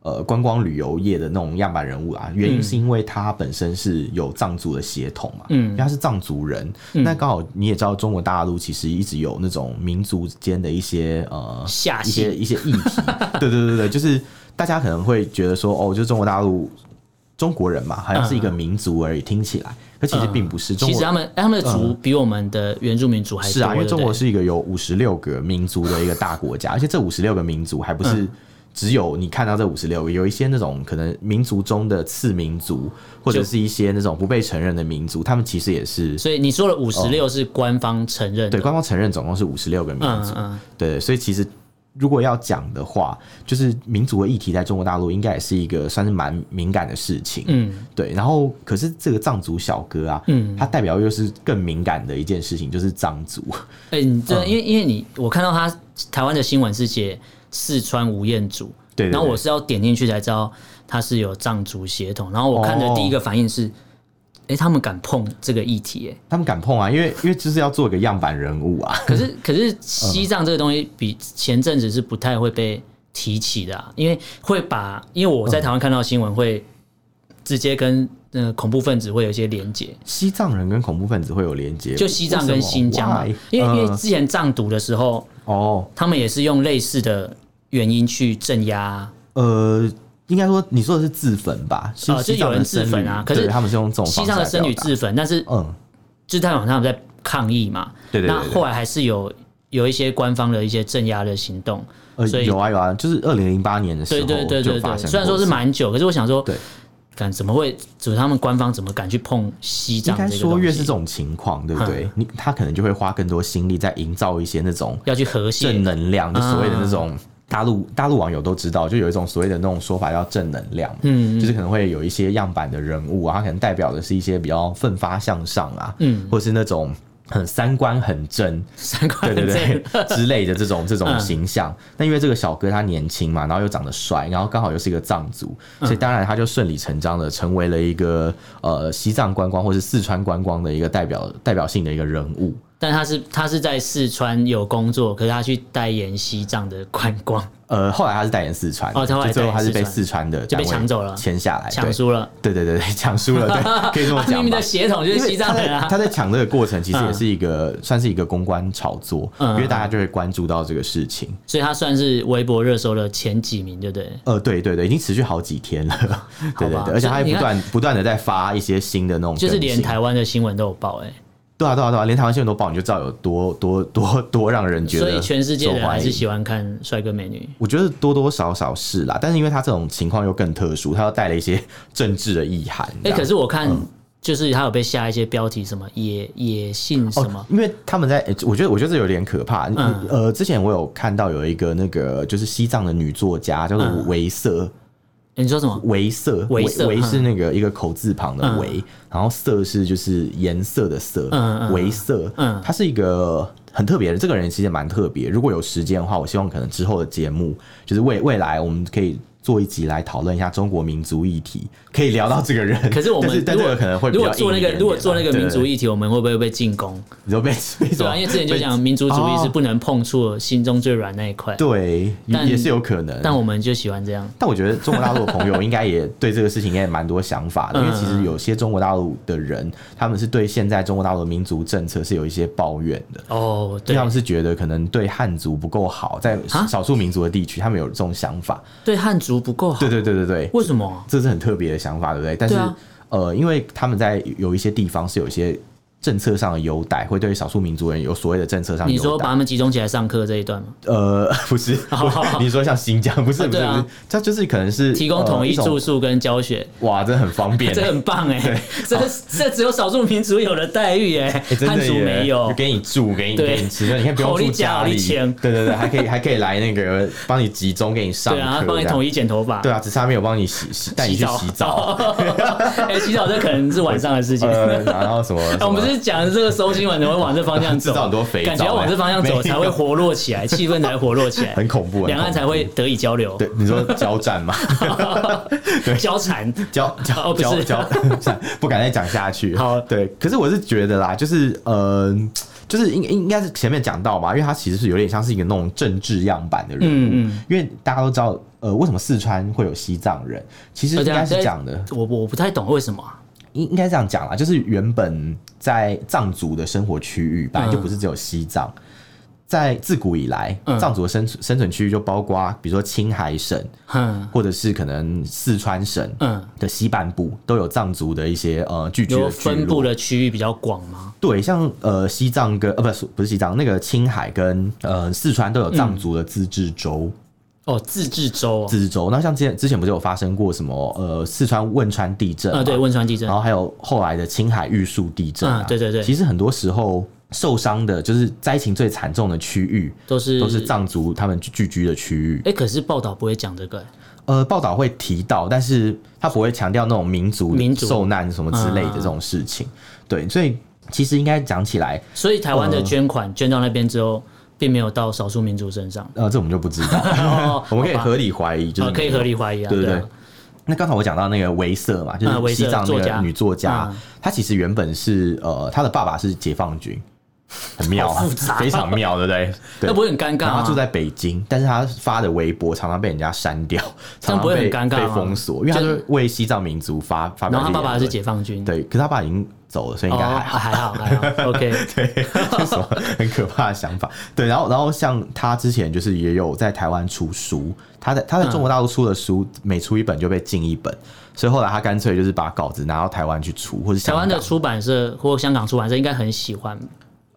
Speaker 1: 呃，观光旅游业的那种样板人物啊，
Speaker 2: 嗯
Speaker 1: 原因是因为他本身是有藏族的血统嘛，嗯，因为他是藏族人，
Speaker 2: 嗯
Speaker 1: 那刚好你也知道，中国大陆其实一直有那种民族间的一些呃
Speaker 2: 下
Speaker 1: 一
Speaker 2: 戏
Speaker 1: 些一些议题。对对对对，就是大家可能会觉得说，哦，就是中国大陆中国人嘛，好像是一个民族而已，听起来，可其实并不是。中
Speaker 2: 嗯其
Speaker 1: 国嗯
Speaker 2: 实他们哎他们的族比我们的原住民族还多
Speaker 1: 是啊，因为
Speaker 2: 对不
Speaker 1: 中国
Speaker 2: 对
Speaker 1: 是一个有五十六个民族的一个大国家，而且这五十六个民族还不是。
Speaker 2: 嗯
Speaker 1: 只有你看到这五十六个，有一些那种可能民族中的次民族，或者
Speaker 2: 就是
Speaker 1: 一些那种不被承认的民族，他们其实也是
Speaker 2: 所以你说了五十六是官方承认的，
Speaker 1: 哦对官方承认总共是五十六个民
Speaker 2: 嗯
Speaker 1: 族
Speaker 2: 嗯，嗯，
Speaker 1: 对，所以其实如果要讲的话，就是民族的议题在中国大陆应该也是一个算是蛮敏感的事情。
Speaker 2: 嗯，
Speaker 1: 对，然后可是这个藏族小哥啊，嗯，他代表又是更敏感的一件事情，就是藏族。
Speaker 2: 哎、你这、
Speaker 1: 嗯
Speaker 2: 因为因为你我看到他台湾的新闻是写四川吴彦祖，
Speaker 1: 对对对
Speaker 2: 然后我是要点进去才知道他是有藏族血统，然后我看的
Speaker 1: 哦
Speaker 2: 第一个反应是，哎、他们敢碰这个议题、哎。
Speaker 1: 他们敢碰啊，因为因为就是要做一个样板人物啊。
Speaker 2: 可是可是西藏这个东西比前阵子是不太会被提起的、啊，因为会把因为我在台湾看到的新闻会直接跟呃恐怖分子会有一些连结，
Speaker 1: 西藏人跟恐怖分子会有连接，
Speaker 2: 就西藏
Speaker 1: 为
Speaker 2: 跟
Speaker 1: 什么
Speaker 2: 新疆嘛
Speaker 1: Why？，
Speaker 2: 因为因为
Speaker 1: 嗯
Speaker 2: 之前藏独的时候，
Speaker 1: 哦，
Speaker 2: 他们也是用类似的原因去镇压。
Speaker 1: 呃。应该说，你说的是自焚吧？是
Speaker 2: 呃就
Speaker 1: 西藏
Speaker 2: 有人
Speaker 1: 的僧
Speaker 2: 自焚啊
Speaker 1: 侣
Speaker 2: 可是
Speaker 1: 对他们是用这种
Speaker 2: 西
Speaker 1: 方式
Speaker 2: 藏的
Speaker 1: 来
Speaker 2: 僧侣
Speaker 1: 表达
Speaker 2: 自焚，但是
Speaker 1: 嗯，
Speaker 2: 就是他们他们在抗议嘛，
Speaker 1: 对对对
Speaker 2: 那
Speaker 1: 对
Speaker 2: 后来还是有有一些官方的一些镇压的行动，
Speaker 1: 呃，
Speaker 2: 所以
Speaker 1: 有啊有啊，就是二零零八年的时
Speaker 2: 对
Speaker 1: 候
Speaker 2: 对对对
Speaker 1: 就发
Speaker 2: 对，
Speaker 1: 生过
Speaker 2: 虽然说是
Speaker 1: 这
Speaker 2: 蛮久，可是我想说，
Speaker 1: 对
Speaker 2: 敢怎么会？只是他们官方怎么敢去碰西
Speaker 1: 应
Speaker 2: 藏这
Speaker 1: 该
Speaker 2: 个东
Speaker 1: 说
Speaker 2: 西？嗯
Speaker 1: 越是这种情况，对不对？你他可能就会花更多心力在营造一些那种
Speaker 2: 要去和
Speaker 1: 正
Speaker 2: 谐，
Speaker 1: 能量，就所谓的那种。大陆大陆网友都知道，就有一种所谓的那种说法叫正能量，嗯，就是可能会有一些样板的人物啊，他可能代表的是一些比较奋发向上啊，嗯，或是那种很三观很正，
Speaker 2: 三观
Speaker 1: 对对
Speaker 2: 很正
Speaker 1: 对。 之类的这种这种
Speaker 2: 嗯
Speaker 1: 形象。那因为这个小哥他年轻嘛，然后又长得帅，然后刚好又是一个藏族，所以当然他就顺理成章的成为了一个呃西藏观光或是四川观光的一个代表代表性的一个人物。
Speaker 2: 但他是他是在四川有工作，可是他去代言西藏的观光，
Speaker 1: 呃，后来他是代言四川的，
Speaker 2: 哦他后来
Speaker 1: 就最后他是
Speaker 2: 代
Speaker 1: 被
Speaker 2: 言四
Speaker 1: 四川的
Speaker 2: 就被
Speaker 1: 单位
Speaker 2: 抢走了
Speaker 1: 签下来，
Speaker 2: 抢
Speaker 1: 哎对
Speaker 2: 输了。
Speaker 1: 对对对 对，抢输了， 对，可以这么
Speaker 2: 明
Speaker 1: 讲
Speaker 2: 明
Speaker 1: 吧
Speaker 2: 的。血统就是
Speaker 1: 因
Speaker 2: 西
Speaker 1: 为
Speaker 2: 藏
Speaker 1: 他
Speaker 2: 人
Speaker 1: 在
Speaker 2: 啊。
Speaker 1: 他在抢这个过程，其实
Speaker 2: 嗯
Speaker 1: 也是一个、算是一个公关炒作，
Speaker 2: 嗯
Speaker 1: 因为大家就会关注到这个事情。
Speaker 2: 所以他算是微博热搜的前几名，对不对？
Speaker 1: 呃，对对对，已经持续好几天了， 对对
Speaker 2: 好吧
Speaker 1: 对，而且他还
Speaker 2: 所以
Speaker 1: 不
Speaker 2: 你看
Speaker 1: 断不断的在发一些新的那种更
Speaker 2: 就
Speaker 1: 新，
Speaker 2: 是连台湾的新闻都有报、欸，
Speaker 1: 对啊对啊对啊，连台湾新闻都报，你就知道有多多多多让人觉
Speaker 2: 所
Speaker 1: 得
Speaker 2: 以全世界的人
Speaker 1: 受
Speaker 2: 还是
Speaker 1: 欢迎
Speaker 2: 喜欢看帅哥美女。
Speaker 1: 我觉得多多少少是啦，但是因为他这种情况又更特殊，他又带了一些政治的意涵。
Speaker 2: 哎、
Speaker 1: 这样
Speaker 2: 可是我看
Speaker 1: 嗯
Speaker 2: 就是他有被下一些标题，什么野野性什么
Speaker 1: 哦，，因为他们在，呃我觉得我觉得这有点可怕。
Speaker 2: 嗯
Speaker 1: 呃，之前我有看到有一个那个就是西藏的女作家叫做
Speaker 2: 嗯
Speaker 1: 维瑟，
Speaker 2: 你说什么？
Speaker 1: 维瑟，
Speaker 2: 维
Speaker 1: 维
Speaker 2: 瑟
Speaker 1: 维
Speaker 2: 嗯
Speaker 1: 是那个一个口字旁的
Speaker 2: 嗯
Speaker 1: 维，然后色是就是颜色的色
Speaker 2: 嗯嗯，
Speaker 1: 维瑟
Speaker 2: 嗯，
Speaker 1: 他是一个很特别的，这个人其实也蛮特别。如果有时间的话，我希望可能之后的节目，就是未未来我们可以。做一集来讨论一下中国民族议题，可以聊到这个人。
Speaker 2: 可是我
Speaker 1: 但
Speaker 2: 们
Speaker 1: 但
Speaker 2: 如
Speaker 1: 这
Speaker 2: 果
Speaker 1: 个可能会比
Speaker 2: 如
Speaker 1: 较
Speaker 2: 果做那
Speaker 1: 硬一
Speaker 2: 个
Speaker 1: 点啊
Speaker 2: 如果
Speaker 1: 点
Speaker 2: 做那
Speaker 1: 啦
Speaker 2: 个
Speaker 1: 对
Speaker 2: 民
Speaker 1: 对
Speaker 2: 族议题，我们会不会被进攻？
Speaker 1: 你就被 被什
Speaker 2: 对
Speaker 1: 么
Speaker 2: 啊，？因为之前就
Speaker 1: 被
Speaker 2: 讲民族主义是
Speaker 1: 哦
Speaker 2: 不能碰触心中最软那一块，
Speaker 1: 对，也
Speaker 2: 但
Speaker 1: 也是有可能。
Speaker 2: 但
Speaker 1: 但
Speaker 2: 我们就喜欢这样。
Speaker 1: 我觉得中国大陆的朋友应该也对这个事情应该也蛮多想法
Speaker 2: 嗯
Speaker 1: 的，因为其实有些中国大陆的人，他们是对现在中国大陆的民族政策是有一些抱怨的。
Speaker 2: 哦，
Speaker 1: 因为
Speaker 2: 对
Speaker 1: 他，们是觉得可能对汉族不够好，在
Speaker 2: 啊
Speaker 1: 少数民族的地区，他们有这种想法。
Speaker 2: 对汉族不够好，
Speaker 1: 对对对对对，
Speaker 2: 为什么？
Speaker 1: 这是很特别的想法，对不对？但是、
Speaker 2: 对啊
Speaker 1: 呃，因为他们在有一些地方是有一些政策上的优待，会对少数民族人有所谓的政策上的
Speaker 2: 你
Speaker 1: 优待。
Speaker 2: 说把他们集中起来上课这一段吗？
Speaker 1: 呃， 不是，不你说像新疆，不是，
Speaker 2: 啊
Speaker 1: 不是，
Speaker 2: 对啊
Speaker 1: 不是，它就是可能是
Speaker 2: 提供
Speaker 1: 呃
Speaker 2: 统一
Speaker 1: 种
Speaker 2: 住宿跟教学，
Speaker 1: 哇，真的很方便欸
Speaker 2: 这，很棒哎、这这只有少数民族有的待遇哎、
Speaker 1: 欸哦真的
Speaker 2: 汉族
Speaker 1: 耶
Speaker 2: 没有
Speaker 1: 就。给你住，给你
Speaker 2: 对
Speaker 1: 给你吃，你看不用
Speaker 2: 好利
Speaker 1: 住
Speaker 2: 家
Speaker 1: 家
Speaker 2: 好利
Speaker 1: 里，
Speaker 2: 钱
Speaker 1: 对对对，还可以 还可以来那个帮你集中给你上
Speaker 2: 对啊，
Speaker 1: 课，
Speaker 2: 他帮你
Speaker 1: 这样
Speaker 2: 统一剪头发，
Speaker 1: 对啊，只是他没有帮你洗洗，带你去洗 澡，。
Speaker 2: 哎、洗澡这可能是晚上的事情。
Speaker 1: 呃，然后什么，
Speaker 2: 哎我们
Speaker 1: 什
Speaker 2: 就
Speaker 1: 么
Speaker 2: 是讲这个收新闻，怎么会往这方向 走？
Speaker 1: 制造很多肥皂
Speaker 2: 感觉要往这方向
Speaker 1: 没
Speaker 2: 走
Speaker 1: 有
Speaker 2: 才会活络起来，气氛才会活络起来，
Speaker 1: 很恐怖，很
Speaker 2: 两岸才
Speaker 1: 恐
Speaker 2: 会得以交流
Speaker 1: 怖。对你说交战嘛，
Speaker 2: 交缠。
Speaker 1: 交
Speaker 2: 哦
Speaker 1: 交
Speaker 2: 不
Speaker 1: 交
Speaker 2: 是
Speaker 1: 交， 不敢再讲下去。
Speaker 2: 好
Speaker 1: 对，可是我是觉得啦，就是呃，就是应应该是前面讲到嘛，因为他其实是有点像是一个那种政治样板的人物，
Speaker 2: 嗯嗯
Speaker 1: 因为大家都知道，呃，为什么四川会有西藏人，其实应该是讲的，
Speaker 2: 我我不太懂为什么啊、
Speaker 1: 应应该这样讲啦，就是原本在藏族的生活区域本来就不是只有西藏。在自古以来，
Speaker 2: 嗯
Speaker 1: 藏族的生存生存区域就包括，比如说青海省，
Speaker 2: 哼，
Speaker 1: 或者是可能四川省，
Speaker 2: 嗯，
Speaker 1: 的西半部都有藏族的一些呃聚居
Speaker 2: 有
Speaker 1: 的聚
Speaker 2: 分布
Speaker 1: 落。
Speaker 2: 的区域比较广吗？
Speaker 1: 对，像呃西藏跟呃不是不是西藏，那个青海跟呃四川都有藏
Speaker 2: 嗯
Speaker 1: 族的自治州，
Speaker 2: 哦，自治州、哦，
Speaker 1: 自治州。那像之前之前不是有发生过什么呃四川汶川地震嘛
Speaker 2: 呃，对，汶川地震
Speaker 1: 然，后还有后来的青海玉树地震、啊
Speaker 2: 嗯对对对
Speaker 1: 其实很多时候受伤的就是灾情最惨重的区域。
Speaker 2: 都是
Speaker 1: 都是藏族他们聚居的区域，
Speaker 2: 哎、可是报道不会讲这个、欸
Speaker 1: 呃，报道会提到，但是他不会强调那种民族
Speaker 2: 民族
Speaker 1: 受难什么之类的
Speaker 2: 嗯
Speaker 1: 这种事情。对，所以其实应该讲起来，。
Speaker 2: 所以台湾的捐款捐到那边之后，并没有到少数民族身上
Speaker 1: 呃，这我们就不知 道，
Speaker 2: 哦
Speaker 1: 我们可以
Speaker 2: 好吧
Speaker 1: 合理怀疑，就是、
Speaker 2: 呃可以合。理怀疑啊，
Speaker 1: 对对
Speaker 2: 啊
Speaker 1: 对那刚才我讲到那个维瑟嘛，就
Speaker 2: 嗯维
Speaker 1: 是
Speaker 2: 瑟
Speaker 1: 西藏那
Speaker 2: 作家
Speaker 1: 个女作家，
Speaker 2: 嗯
Speaker 1: 她其实原本是呃，她的爸爸是解放 军，很妙啊
Speaker 2: 好复，杂
Speaker 1: 非常妙，对不对？对
Speaker 2: 那不会很啊尴尬
Speaker 1: 然后
Speaker 2: 吗？
Speaker 1: 他住在北京，但是他发的微博常常被人家删掉，
Speaker 2: 这
Speaker 1: 常
Speaker 2: 样
Speaker 1: 常
Speaker 2: 不会很
Speaker 1: 被
Speaker 2: 尴尬吗
Speaker 1: 被封锁，因为他就为西藏民族发发表
Speaker 2: 然
Speaker 1: 一些言论。
Speaker 2: 后他爸爸是解放军，，
Speaker 1: 对，可是他爸已经走了，所以
Speaker 2: 哦，
Speaker 1: 应该
Speaker 2: 还
Speaker 1: 还好。
Speaker 2: 好还好还 好，OK，
Speaker 1: 对，这是什么很可怕的想法？对，然后然后像他之前就是也有在台湾出书，他在他在
Speaker 2: 嗯
Speaker 1: 中国大陆出的书，每出一本就被禁一本，所以后来他干脆就是把稿子拿到台湾去出，或者
Speaker 2: 台湾的出版社或香港出版社应该很喜欢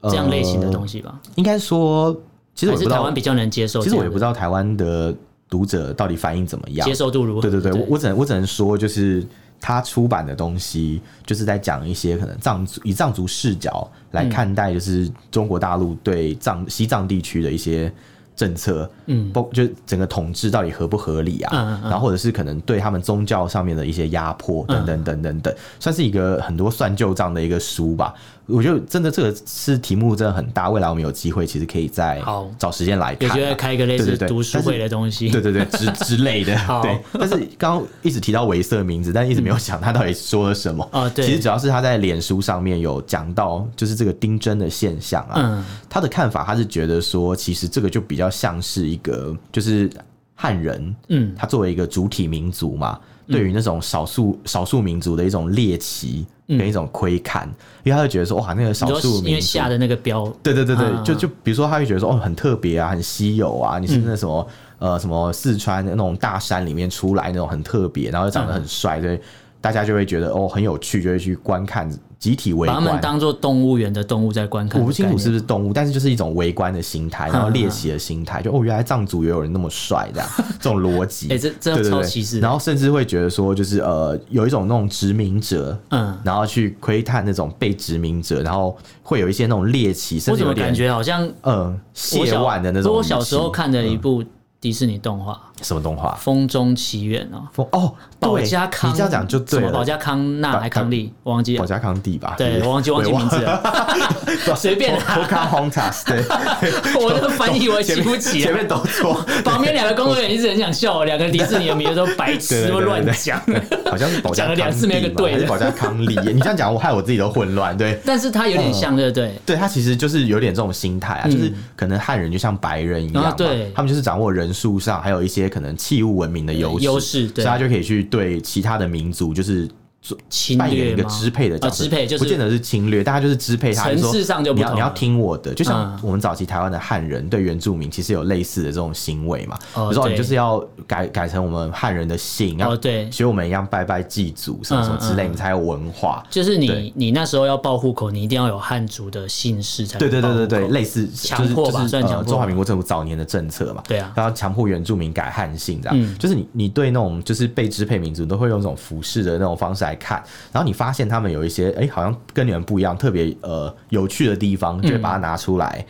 Speaker 2: 这样类型的东西吧？
Speaker 1: 应该说，其实我
Speaker 2: 还
Speaker 1: 也不
Speaker 2: 是
Speaker 1: 知
Speaker 2: 台
Speaker 1: 道
Speaker 2: 湾，比较能接受
Speaker 1: 其
Speaker 2: 这
Speaker 1: 实
Speaker 2: 样的，
Speaker 1: 我也不知道台湾的读者到底反应怎么样
Speaker 2: 接。受度如何。
Speaker 1: 对对对，我我只能我只能说，就是他出版的东西，就是在讲一些可能藏族以藏族视角
Speaker 2: 嗯
Speaker 1: 来看待，就是中国大陆对藏西藏地区的一些政策，嗯，包就是整个统治到底合不合理啊，
Speaker 2: 嗯嗯嗯嗯
Speaker 1: 然后或者是可能对他们宗教上面的一些压迫等等等等等，算是一个很多算旧账的一个书吧。我觉得真的这个是题目真的很大，未来我们有机会其实可以再
Speaker 2: 好
Speaker 1: 找时间来
Speaker 2: 有
Speaker 1: 看啊、
Speaker 2: 机会开一个类
Speaker 1: 对
Speaker 2: 似
Speaker 1: 对对
Speaker 2: 读书
Speaker 1: 但是
Speaker 2: 会的东西。
Speaker 1: 对对对， 之之类的
Speaker 2: 好，嗯
Speaker 1: 对。但是刚刚一直提到维瑟的名字，但一直没有想他到底说了什么。
Speaker 2: 哦对
Speaker 1: 其实主要是他在脸书上面有讲到，就是这个丁真的现象啊。
Speaker 2: 嗯
Speaker 1: 他的看法，他是觉得说，其实这个就比较像是一个，就是汉人，
Speaker 2: 嗯
Speaker 1: 他作为一个主体民族嘛，对于那种少数少数民族的一种猎奇跟一种窥看，因为他会觉得说，哇，那个
Speaker 2: 嗯你
Speaker 1: 少
Speaker 2: 说
Speaker 1: 数
Speaker 2: 因
Speaker 1: 民
Speaker 2: 为
Speaker 1: 族
Speaker 2: 下的那个标，
Speaker 1: 对对对对，
Speaker 2: 啊
Speaker 1: 就就比如说，他会觉得说，哦，很特别啊，很稀有啊，你是那什么、
Speaker 2: 嗯
Speaker 1: 呃什么四川那种大山里面出来那种很特别，然后又长得很帅，
Speaker 2: 嗯
Speaker 1: 所以大家就会觉得哦很有趣，就会去观看，集体围
Speaker 2: 把他
Speaker 1: 观
Speaker 2: 们。当做动物园的动物在观看。
Speaker 1: 我不清楚是不是动物，但是就是一种围观的心态，然后猎奇的心态，就哦，原来藏族也有人那么帅， 这样这种逻辑，
Speaker 2: 哎这这
Speaker 1: 对对
Speaker 2: 超
Speaker 1: 对
Speaker 2: 歧视的
Speaker 1: 然后甚至会觉得说，就是呃，有一种那种殖民者，
Speaker 2: 嗯
Speaker 1: 然后去窥探那种被殖民者，然后会有一些那种猎奇，甚
Speaker 2: 我
Speaker 1: 至
Speaker 2: 怎么
Speaker 1: 有点
Speaker 2: 感觉好像
Speaker 1: 嗯，谢
Speaker 2: 我小
Speaker 1: 万的那种语气。嗯
Speaker 2: 我小时候看的一部迪士尼动画
Speaker 1: 什么动画
Speaker 2: 《？风中奇缘》哦，
Speaker 1: 风哦，
Speaker 2: 保
Speaker 1: 对
Speaker 2: 加康，
Speaker 1: 你这样讲就对
Speaker 2: 什么
Speaker 1: 了。
Speaker 2: 保加康纳还康利，我忘记
Speaker 1: 保
Speaker 2: 了。
Speaker 1: 加康帝吧？是
Speaker 2: 对，
Speaker 1: 不是
Speaker 2: 我忘记忘记名字了， 随便啦
Speaker 1: p o c a h o n t a s 对，
Speaker 2: 我的翻译我记
Speaker 1: 前
Speaker 2: 不
Speaker 1: 面
Speaker 2: 起
Speaker 1: 前
Speaker 2: 啊。
Speaker 1: 面都 错，
Speaker 2: 旁边两个工作人员一直很想笑我，两个迪士尼的名字都白
Speaker 1: 对
Speaker 2: 痴，
Speaker 1: 对
Speaker 2: 会
Speaker 1: 对
Speaker 2: 乱
Speaker 1: 对
Speaker 2: 讲。
Speaker 1: 好像是保加
Speaker 2: 讲
Speaker 1: 康
Speaker 2: 了两次没有一个
Speaker 1: 帝吧
Speaker 2: 对的
Speaker 1: 还是保加康 利。你这样讲，我害我自己都混乱。对，
Speaker 2: 但是它有点像，对不对？
Speaker 1: 对他其实就是有点这种心态啊，就是可能汉人就像白人一样嘛，
Speaker 2: 嗯啊对
Speaker 1: 他们就是掌握人数上还有一些可能器物文明的优势，
Speaker 2: 呃
Speaker 1: 啊
Speaker 2: 优势对
Speaker 1: 所以他就可以去对其他的民族就是做
Speaker 2: 侵
Speaker 1: 扮演
Speaker 2: 略
Speaker 1: 一个
Speaker 2: 吗？
Speaker 1: 支配的角
Speaker 2: 啊，
Speaker 1: 色，
Speaker 2: 支配就
Speaker 1: 不见
Speaker 2: 是
Speaker 1: 得是侵略，但他就是支配他，
Speaker 2: 层
Speaker 1: 就说
Speaker 2: 次上就不
Speaker 1: 你要
Speaker 2: 同
Speaker 1: 你要听我的，就像
Speaker 2: 嗯
Speaker 1: 我们早期台湾的汉人对原住民其实有类似的这种行为嘛，
Speaker 2: 哦
Speaker 1: 比如说
Speaker 2: 对
Speaker 1: 你就是要改改成我们汉人的姓，要
Speaker 2: 哦，对，
Speaker 1: 学我们一样拜拜祭祖什么什么之类，
Speaker 2: 嗯嗯
Speaker 1: 你才有文化。
Speaker 2: 就是你
Speaker 1: 对
Speaker 2: 你那时候要报户口，你一定要有汉族的姓氏才能
Speaker 1: 对对对对
Speaker 2: 报户
Speaker 1: 对，
Speaker 2: 口
Speaker 1: 类似
Speaker 2: 强迫吧
Speaker 1: 就是就是
Speaker 2: 算强
Speaker 1: 呃
Speaker 2: 迫
Speaker 1: 中华民国政府早年的政策嘛，
Speaker 2: 对啊
Speaker 1: 然后强迫原住民改汉姓这样，
Speaker 2: 嗯
Speaker 1: 就是你你对那种就是被支配民族都会用一种俯视的那种方式来看，然后你发现他们有一些哎、诶好像跟你们不一样，特别呃有趣的地方，就
Speaker 2: 嗯
Speaker 1: 会把它拿出来。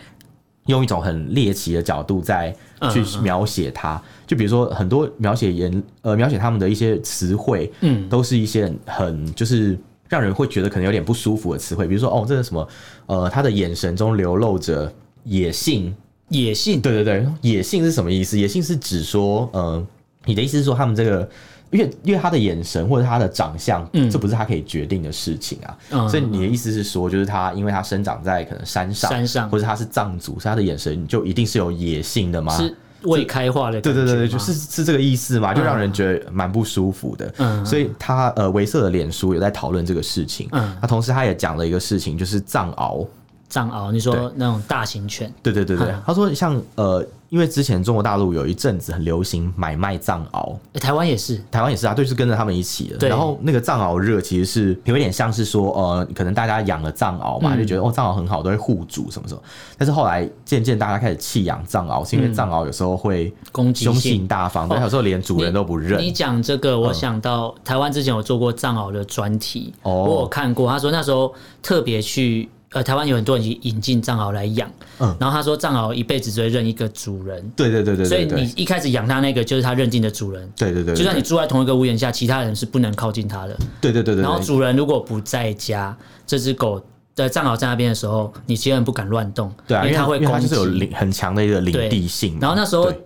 Speaker 1: 用一种很猎奇的角度在去
Speaker 2: 嗯嗯
Speaker 1: 描写它，就比如说很多描写言呃描写他们的一些词汇，
Speaker 2: 嗯
Speaker 1: 都是一些很很就是让人会觉得可能有点不舒服的词汇，比如说哦，这个什么呃，他的眼神中流露着野性，
Speaker 2: 野性
Speaker 1: 对对对，野性是什么意思？野性是指说，呃，你的意思是说他们这个。因为因为他的眼神或者他的长相，
Speaker 2: 嗯
Speaker 1: 这不是他可以决定的事情啊。
Speaker 2: 嗯
Speaker 1: 所以你的意思是说，就是他因为他生长在可能山上，
Speaker 2: 山上
Speaker 1: 或者他是藏族，所以他的眼神就一定是有野性的吗？
Speaker 2: 是未开化的
Speaker 1: 啊对
Speaker 2: 感觉
Speaker 1: 对
Speaker 2: 吗，
Speaker 1: 对对，就是是这个意思嘛，就让人觉得蛮不舒服的。
Speaker 2: 嗯
Speaker 1: 所以他呃，维瑟的脸书有在讨论这个事情。
Speaker 2: 嗯
Speaker 1: 那同时他也讲了一个事情，就是藏獒。
Speaker 2: 藏獒，你说那种大型犬，
Speaker 1: 对对对对
Speaker 2: 嗯，
Speaker 1: 他说像呃，因为之前中国大陆有一阵子很流行买卖藏獒，
Speaker 2: 诶台湾也是，
Speaker 1: 台湾也是啊，对，就是跟着他们一起的。
Speaker 2: 对
Speaker 1: 然后那个藏獒热其实是有点像是说，呃，可能大家养了藏獒
Speaker 2: 嗯
Speaker 1: 嘛，就觉得哦藏獒很好，都会护主什么什么。但是后来渐渐大家开始弃养藏獒，是因为藏獒有时候会
Speaker 2: 攻击
Speaker 1: 凶
Speaker 2: 性哦
Speaker 1: 性大发，但有时候连主人都不认。
Speaker 2: 你讲这个，我想到台湾之前有做过藏獒的专题，
Speaker 1: 哦
Speaker 2: 我有看过。他说那时候特别去呃，台湾有很多人去引进藏獒来养，
Speaker 1: 嗯
Speaker 2: 然后他说藏獒一辈子只会认一个主人，
Speaker 1: 对对对对
Speaker 2: 所
Speaker 1: 对
Speaker 2: 以
Speaker 1: 对，
Speaker 2: 你一开始养它那个就是它认定的主人。
Speaker 1: 对对对，
Speaker 2: 就算你住在同一个屋檐下，其他人是不能靠近它的。
Speaker 1: 对对对对，
Speaker 2: 然后主人如果不在家，这只狗的藏獒在那边的时候，你千万不敢乱动，
Speaker 1: 对啊，
Speaker 2: 因
Speaker 1: 因
Speaker 2: 为它会
Speaker 1: 因为它
Speaker 2: 攻
Speaker 1: 就是有
Speaker 2: 击。
Speaker 1: 领很强的一个领
Speaker 2: 对
Speaker 1: 地性嘛。
Speaker 2: 然后那时候
Speaker 1: 对嗯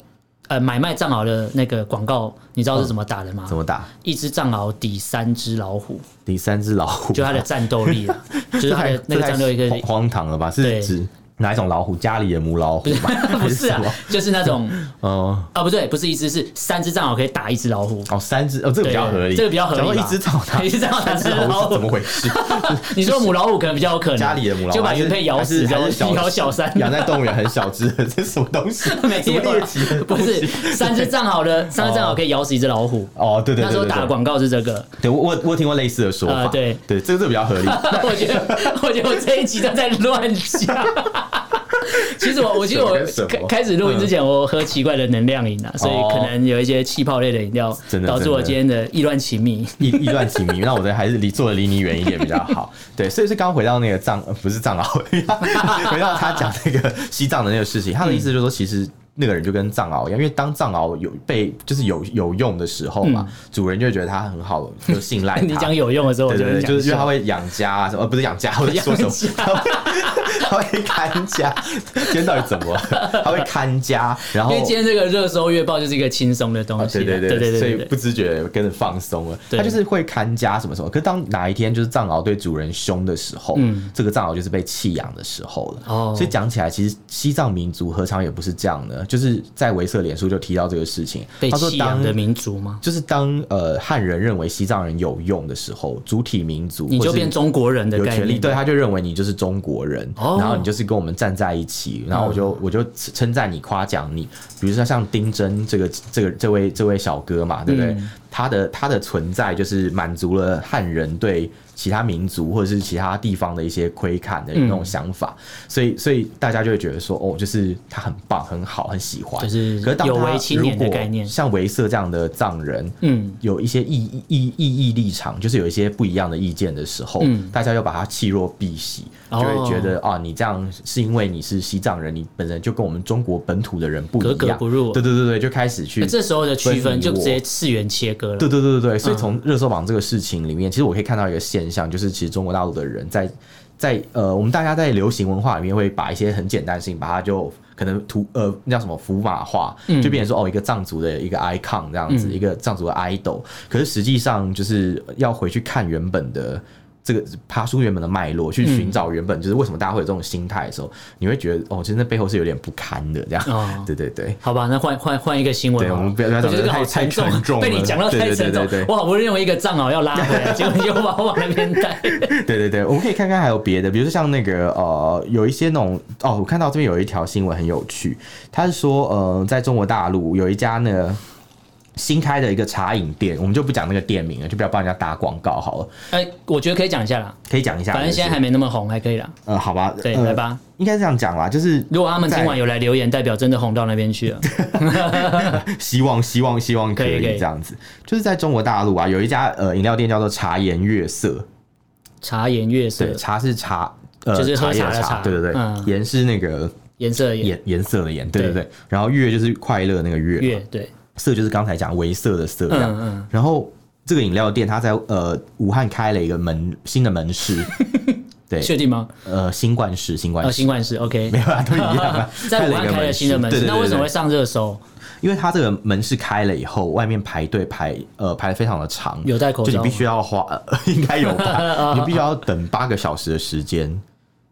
Speaker 2: 呃，买卖藏獒的那个广告，你知道是怎么打的吗
Speaker 1: 怎？么打？
Speaker 2: 一只藏獒抵三只老虎，
Speaker 1: 第三只老虎，
Speaker 2: 就它的战斗 力啊，就是它的那
Speaker 1: 这
Speaker 2: 个
Speaker 1: 太
Speaker 2: 战斗力可
Speaker 1: 荒
Speaker 2: 以。
Speaker 1: 荒唐了吧？
Speaker 2: 对
Speaker 1: 是指哪一种老虎？家里的母老虎吗？
Speaker 2: 不是啊
Speaker 1: 还什么，
Speaker 2: 就是那种
Speaker 1: 哦
Speaker 2: 啊，不对，不是一只，是三只藏獒可以打一只老虎。
Speaker 1: 哦，三只哦，这个比较合理，
Speaker 2: 对这个比较合理吧
Speaker 1: 然后一只草哦打
Speaker 2: 一只草打
Speaker 1: 三只老虎是怎么回 事？
Speaker 2: 你说母老虎可能比较有可能，
Speaker 1: 家里的母老虎
Speaker 2: 就把
Speaker 1: 还是
Speaker 2: 原配咬死，
Speaker 1: 还
Speaker 2: 然后
Speaker 1: 是还是
Speaker 2: 咬小三，
Speaker 1: 养在动物园很小只的， 这是什么东西？
Speaker 2: 没
Speaker 1: 什么
Speaker 2: 有
Speaker 1: 猎
Speaker 2: 啊
Speaker 1: 奇的，
Speaker 2: 不
Speaker 1: 东西
Speaker 2: 是三只藏獒的，三只藏獒可以咬死一只老虎。
Speaker 1: 哦， 对对
Speaker 2: 那
Speaker 1: 对
Speaker 2: 时候
Speaker 1: 对
Speaker 2: 打的
Speaker 1: 对，
Speaker 2: 广告是这个，
Speaker 1: 对我我我有听过类似的说法，
Speaker 2: 呃对
Speaker 1: 对，这个这个比较合理，
Speaker 2: 我觉得，我觉得我这一集都在乱讲。 其实我，我记得
Speaker 1: 什么跟什
Speaker 2: 我
Speaker 1: 么嗯哦
Speaker 2: 开开始录音之前，我喝奇怪的能量饮啊，所以可能有一些气泡类的饮料
Speaker 1: 真，的
Speaker 2: 导致我
Speaker 1: 真的
Speaker 2: 今天的意乱情迷。
Speaker 1: 意 意乱情迷，那我觉得还是离坐的离你远一点比较好。对，所以是刚回到那 个藏，呃不是藏獒，回到他讲那个西藏的那个事情，他的意思就是说，其实那个人就跟藏獒一样，因为当藏獒有被就是有有用的时候嘛，主人就会觉得它很好，就信 赖
Speaker 2: 嗯你
Speaker 1: 它
Speaker 2: 讲。有用的时候，我
Speaker 1: 对
Speaker 2: 就
Speaker 1: 对
Speaker 2: 会
Speaker 1: 对，
Speaker 2: 讲
Speaker 1: 就是因为
Speaker 2: 笑
Speaker 1: 它会养家啊什么，呃不是养家，我在说什么？它会 它会看家，今天到底怎么了？它会看家，然后
Speaker 2: 因为今天这个热搜月报就是一个轻松的东
Speaker 1: 哦啊，
Speaker 2: 西
Speaker 1: 对
Speaker 2: 啦，
Speaker 1: 对
Speaker 2: 对
Speaker 1: 对，所以
Speaker 2: 对
Speaker 1: 不自觉地跟着放松了。
Speaker 2: 对
Speaker 1: 它就是会看家什么什么，可是当哪一天就是藏獒对主人凶的时候，这个藏獒就是被弃养的时候了。
Speaker 2: 嗯哦
Speaker 1: 所以讲起来，其实西藏民族何尝也不是这样呢？就是在维瑟脸书就提到这个事情，
Speaker 2: 被
Speaker 1: 他说
Speaker 2: 弃
Speaker 1: 当
Speaker 2: 养的民族吗？
Speaker 1: 就是当呃汉人认为西藏人有用的时候，主体民族
Speaker 2: 你
Speaker 1: 或
Speaker 2: 就是变中国人的
Speaker 1: 有
Speaker 2: 概
Speaker 1: 权利，
Speaker 2: 念，
Speaker 1: 对，啊他就认为你就是中国人，
Speaker 2: 哦嗯
Speaker 1: 然后你就是跟我们站在一起，然后我就、我就称赞你、夸奖你，比如说像丁真这个这个这位这位小哥嘛，对不对？
Speaker 2: 嗯
Speaker 1: 他的他的存在就是满足了汉人对其他民族或者是其他地方的一些窥看的那种
Speaker 2: 嗯
Speaker 1: 想法，所以所以大家就会觉得说，哦，就是他很棒、很好、很喜欢，
Speaker 2: 就是
Speaker 1: 可是当
Speaker 2: 有
Speaker 1: 他
Speaker 2: 为青年的
Speaker 1: 如果
Speaker 2: 概念
Speaker 1: 像维瑟这样的藏人，
Speaker 2: 嗯，
Speaker 1: 有一些异异异议立场，就是有一些不一样的意见的时候，
Speaker 2: 嗯
Speaker 1: 大家又把它弃若敝屣，就
Speaker 2: 哦
Speaker 1: 会觉得啊，你这样是因为你是西藏人，你本人就跟我们中国本土的人不一样，
Speaker 2: 格格不入啊
Speaker 1: 对对对对，就开始去。
Speaker 2: 欸这时候的区分
Speaker 1: 分
Speaker 2: 就
Speaker 1: 你我
Speaker 2: 直接次元切割了。嗯
Speaker 1: 对对对对对，所以从热搜榜这个事情里面，其实我可以看到一个现象，就是其实中国大陆的人在在呃，我们大家在流行文化里面会把一些很简单的事情，把它就可能图呃那叫什么符码化，
Speaker 2: 嗯
Speaker 1: 就变成说哦一个藏族的一个 icon 这样子，一个藏族的 idol。可是实际上就是要回去看原本的。这个爬出原本的脉络，去寻找原
Speaker 2: 嗯
Speaker 1: 本就是为什么大家会有这种心态的时候，你会觉得哦，其实那背后是有点不堪的这样。
Speaker 2: 哦
Speaker 1: 对对对，
Speaker 2: 好吧，那换换换一个新闻
Speaker 1: 对
Speaker 2: 好了。
Speaker 1: 我们不要不要
Speaker 2: 我觉得这个
Speaker 1: 讲得
Speaker 2: 好
Speaker 1: 太
Speaker 2: 沉
Speaker 1: 太沉重
Speaker 2: 被你
Speaker 1: 了
Speaker 2: 讲到
Speaker 1: 对
Speaker 2: 太
Speaker 1: 对
Speaker 2: 沉
Speaker 1: 对
Speaker 2: 重
Speaker 1: 对。对
Speaker 2: 我好不容易用一个藏獒要拉回来，结果你又把我往那边 带。
Speaker 1: 对对对，我们可以看看还有别的，比如说像那个呃，有一些那种哦，我看到这边有一条新闻很有趣，他是说呃，在中国大陆有一家那个新开的一个茶饮店，我们就不讲那个店名了，就不要帮人家打广告好了，
Speaker 2: 哎，我觉得可以讲一下啦，
Speaker 1: 可以讲一下。
Speaker 2: 反正现在
Speaker 1: 就
Speaker 2: 还
Speaker 1: 是
Speaker 2: 没那么红，还可以啦。
Speaker 1: 呃，好吧，
Speaker 2: 对，
Speaker 1: 呃
Speaker 2: 来，吧。
Speaker 1: 应该是这样讲啦，就是
Speaker 2: 如果他们
Speaker 1: 在
Speaker 2: 今晚有来留言，代表真的红到那边去了。
Speaker 1: 希望希望希望可
Speaker 2: 可以
Speaker 1: 以
Speaker 2: 可以
Speaker 1: 这样子，就是在中国大陆啊，有一家呃饮料店叫做茶颜悦色，
Speaker 2: 茶颜悦色
Speaker 1: 对，，茶是茶。呃，
Speaker 2: 就是
Speaker 1: 茶
Speaker 2: 喝
Speaker 1: 叶
Speaker 2: 茶的茶
Speaker 1: 茶，对对对
Speaker 2: 嗯，
Speaker 1: 颜、是那个
Speaker 2: 颜色也
Speaker 1: 颜颜色的颜，对对
Speaker 2: 对
Speaker 1: 对，然后悦就是快乐那个悦嘛，
Speaker 2: 月对，
Speaker 1: 色就是刚才讲微色的色这样。
Speaker 2: 嗯嗯，
Speaker 1: 然后这个饮料店它在呃武汉开了一个门新的门市， 对，
Speaker 2: 确定吗？
Speaker 1: 呃新冠市新冠
Speaker 2: 哦，
Speaker 1: 市。
Speaker 2: 新冠是 OK。
Speaker 1: 没。有啊，都一样啊
Speaker 2: 在武汉
Speaker 1: 了一个
Speaker 2: 开了新的门
Speaker 1: 对
Speaker 2: 市，
Speaker 1: 对对
Speaker 2: 那为什么
Speaker 1: 对
Speaker 2: 会上热搜？
Speaker 1: 因为它这个门市开了以后，外面排队排呃排的非常的长，
Speaker 2: 有戴口罩
Speaker 1: 就
Speaker 2: 吗哦
Speaker 1: 你必须要花， 呃应该有 吧？你必须要等八个小时的时间，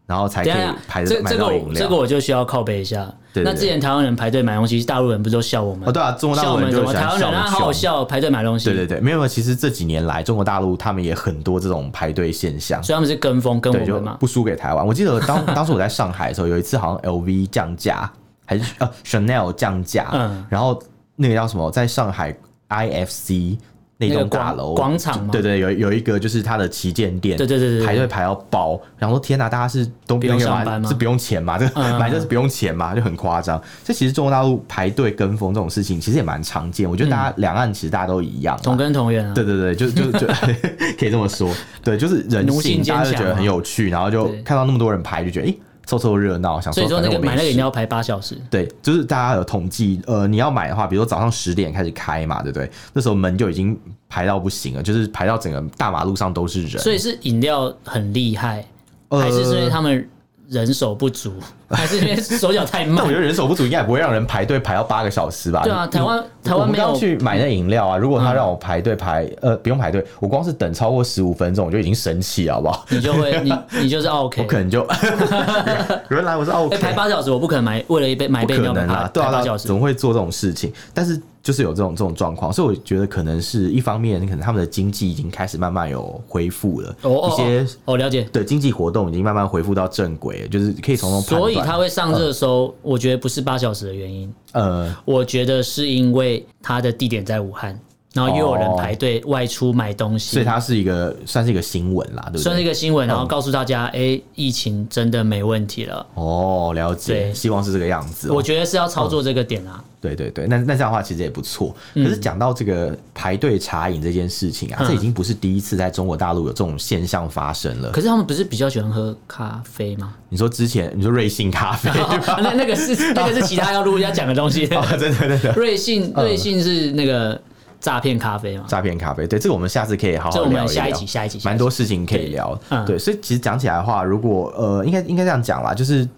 Speaker 1: 然后才可
Speaker 2: 等一
Speaker 1: 以
Speaker 2: 下
Speaker 1: 排
Speaker 2: 这
Speaker 1: 得买
Speaker 2: 这个
Speaker 1: 到
Speaker 2: 我
Speaker 1: 饮
Speaker 2: 这
Speaker 1: 料
Speaker 2: 个。我就需要靠背一下。
Speaker 1: 对对
Speaker 2: 那
Speaker 1: 对
Speaker 2: 之前台湾人排队买东西，大陆人不都笑我们
Speaker 1: 哦，？对啊，中国
Speaker 2: 笑
Speaker 1: 大陆
Speaker 2: 我们
Speaker 1: 人
Speaker 2: 什
Speaker 1: 就
Speaker 2: 么？
Speaker 1: 喜
Speaker 2: 台
Speaker 1: 欢
Speaker 2: 湾
Speaker 1: 笑
Speaker 2: 人
Speaker 1: 我
Speaker 2: 啊，
Speaker 1: 们
Speaker 2: 好好
Speaker 1: 穷。
Speaker 2: 笑，排队买东西。
Speaker 1: 对对对，没有没有，其实这几年来，中国大陆他们也很多这种排队现象。
Speaker 2: 所以他们是跟风跟
Speaker 1: 对，
Speaker 2: 我
Speaker 1: 就
Speaker 2: 们嘛。
Speaker 1: 不输给台湾。我记得当 当时我在上海的时候，有一次好像 LV 降价，还是呃 Chanel 降价，
Speaker 2: 嗯
Speaker 1: 然后那个叫什么，在上海 IFC 那
Speaker 2: 那个
Speaker 1: 栋
Speaker 2: 广
Speaker 1: 大楼
Speaker 2: 广场吗
Speaker 1: 对对，有有一个就是它的旗舰店，
Speaker 2: 对对对对对
Speaker 1: 排队排到爆，然后天哪，大家是都
Speaker 2: 不用
Speaker 1: 那个
Speaker 2: 上班吗
Speaker 1: 是不用钱嘛？这个
Speaker 2: 嗯嗯
Speaker 1: 买这是不用钱嘛？就很夸张。这其实中国大陆排队跟风这种事情，其实也蛮常见。我觉得大
Speaker 2: 嗯
Speaker 1: 家两岸其实大家都一样啦，
Speaker 2: 同根同源啊
Speaker 1: 对，对对，就就 就可以这么说，对，就是人
Speaker 2: 奴性
Speaker 1: 性，
Speaker 2: 坚
Speaker 1: 大家就
Speaker 2: 强
Speaker 1: 觉得
Speaker 2: 嘛
Speaker 1: 很有趣，然后就
Speaker 2: 对
Speaker 1: 看到那么多人排，就觉得哎、诶凑凑热闹，想
Speaker 2: 所以说那
Speaker 1: 反正
Speaker 2: 个
Speaker 1: 我没
Speaker 2: 买那个饮
Speaker 1: 事
Speaker 2: 料排八小时，
Speaker 1: 对，就是大家有统计，呃，你要买的话，比如说早上十点开始开嘛，对不对？那时候门就已经排到不行了，就是排到整个大马路上都是人，
Speaker 2: 所以是饮料很厉害，
Speaker 1: 呃
Speaker 2: 还是因为他们人手不 足，还是因为手脚太
Speaker 1: 但我
Speaker 2: 慢
Speaker 1: 觉？得人手不足，应该也不会让人排队排到八个小时吧？
Speaker 2: 对啊，
Speaker 1: 你
Speaker 2: 台湾台
Speaker 1: 我
Speaker 2: 湾
Speaker 1: 们
Speaker 2: 没有嗯
Speaker 1: 刚去买那饮料啊，如果他让我排队排，呃，不用排队，我光是等超过十五分钟，我就已经生气了，好不好？
Speaker 2: 你就会 你你就是啊 OK
Speaker 1: 我。可能 就原来我是 OK，
Speaker 2: 哎，排八小时，我不可能买为了一杯买一
Speaker 1: 不
Speaker 2: 杯
Speaker 1: 可
Speaker 2: 牛排
Speaker 1: 能啊
Speaker 2: 排，
Speaker 1: 对啊，
Speaker 2: 八
Speaker 1: 对
Speaker 2: 小
Speaker 1: 啊
Speaker 2: 时
Speaker 1: 怎。么会做这种事情？但是就是有这种这种状况，所以我觉得可能是一方面，可能他们的经济已经开始慢慢有恢复了，
Speaker 2: 哦哦
Speaker 1: 一些
Speaker 2: 哦哦，了解。
Speaker 1: 对经济活动已经慢慢恢复到正轨了，就是可以从中判断。嗯
Speaker 2: 所以它会上热搜，我觉得不是八小时的原因，
Speaker 1: 呃，
Speaker 2: 我觉得是因为它的地点在武汉。然后又有人
Speaker 1: 哦
Speaker 2: 排队外出买东西，
Speaker 1: 所以它嗯是一个算是一个新闻啦，对不
Speaker 2: 算是一
Speaker 1: 对？
Speaker 2: 个新闻，然后告诉大家，哎、疫情真的没问题了。
Speaker 1: 哦，了解，
Speaker 2: 对
Speaker 1: 希望是这个样子哦、
Speaker 2: 我觉得是要操作这个点啊，
Speaker 1: 对对对，那那这样的话其实也不错。可是讲到这个排队茶饮这件事情啊，
Speaker 2: 嗯
Speaker 1: 这已经不是第一次在中国大陆有这种现象发生了。
Speaker 2: 可是他们不是比较喜欢喝咖啡吗？啊
Speaker 1: 你说之前你说瑞幸咖 啡 对吧？
Speaker 2: 那那个是那个是其他要录要讲的 东西。
Speaker 1: 啊，真的真的
Speaker 2: 瑞幸
Speaker 1: 嗯
Speaker 2: 瑞幸是那个诈骗咖啡嘛？
Speaker 1: 诈骗咖啡，对这个我们下次可以好好
Speaker 2: 这
Speaker 1: 聊
Speaker 2: 我
Speaker 1: 一
Speaker 2: 们
Speaker 1: 聊。
Speaker 2: 下一集下一集下一集
Speaker 1: 蛮多事情可以聊。
Speaker 2: 对嗯
Speaker 1: 对，所以其实讲起来的话，如果呃，应该应该这样讲啦，就是。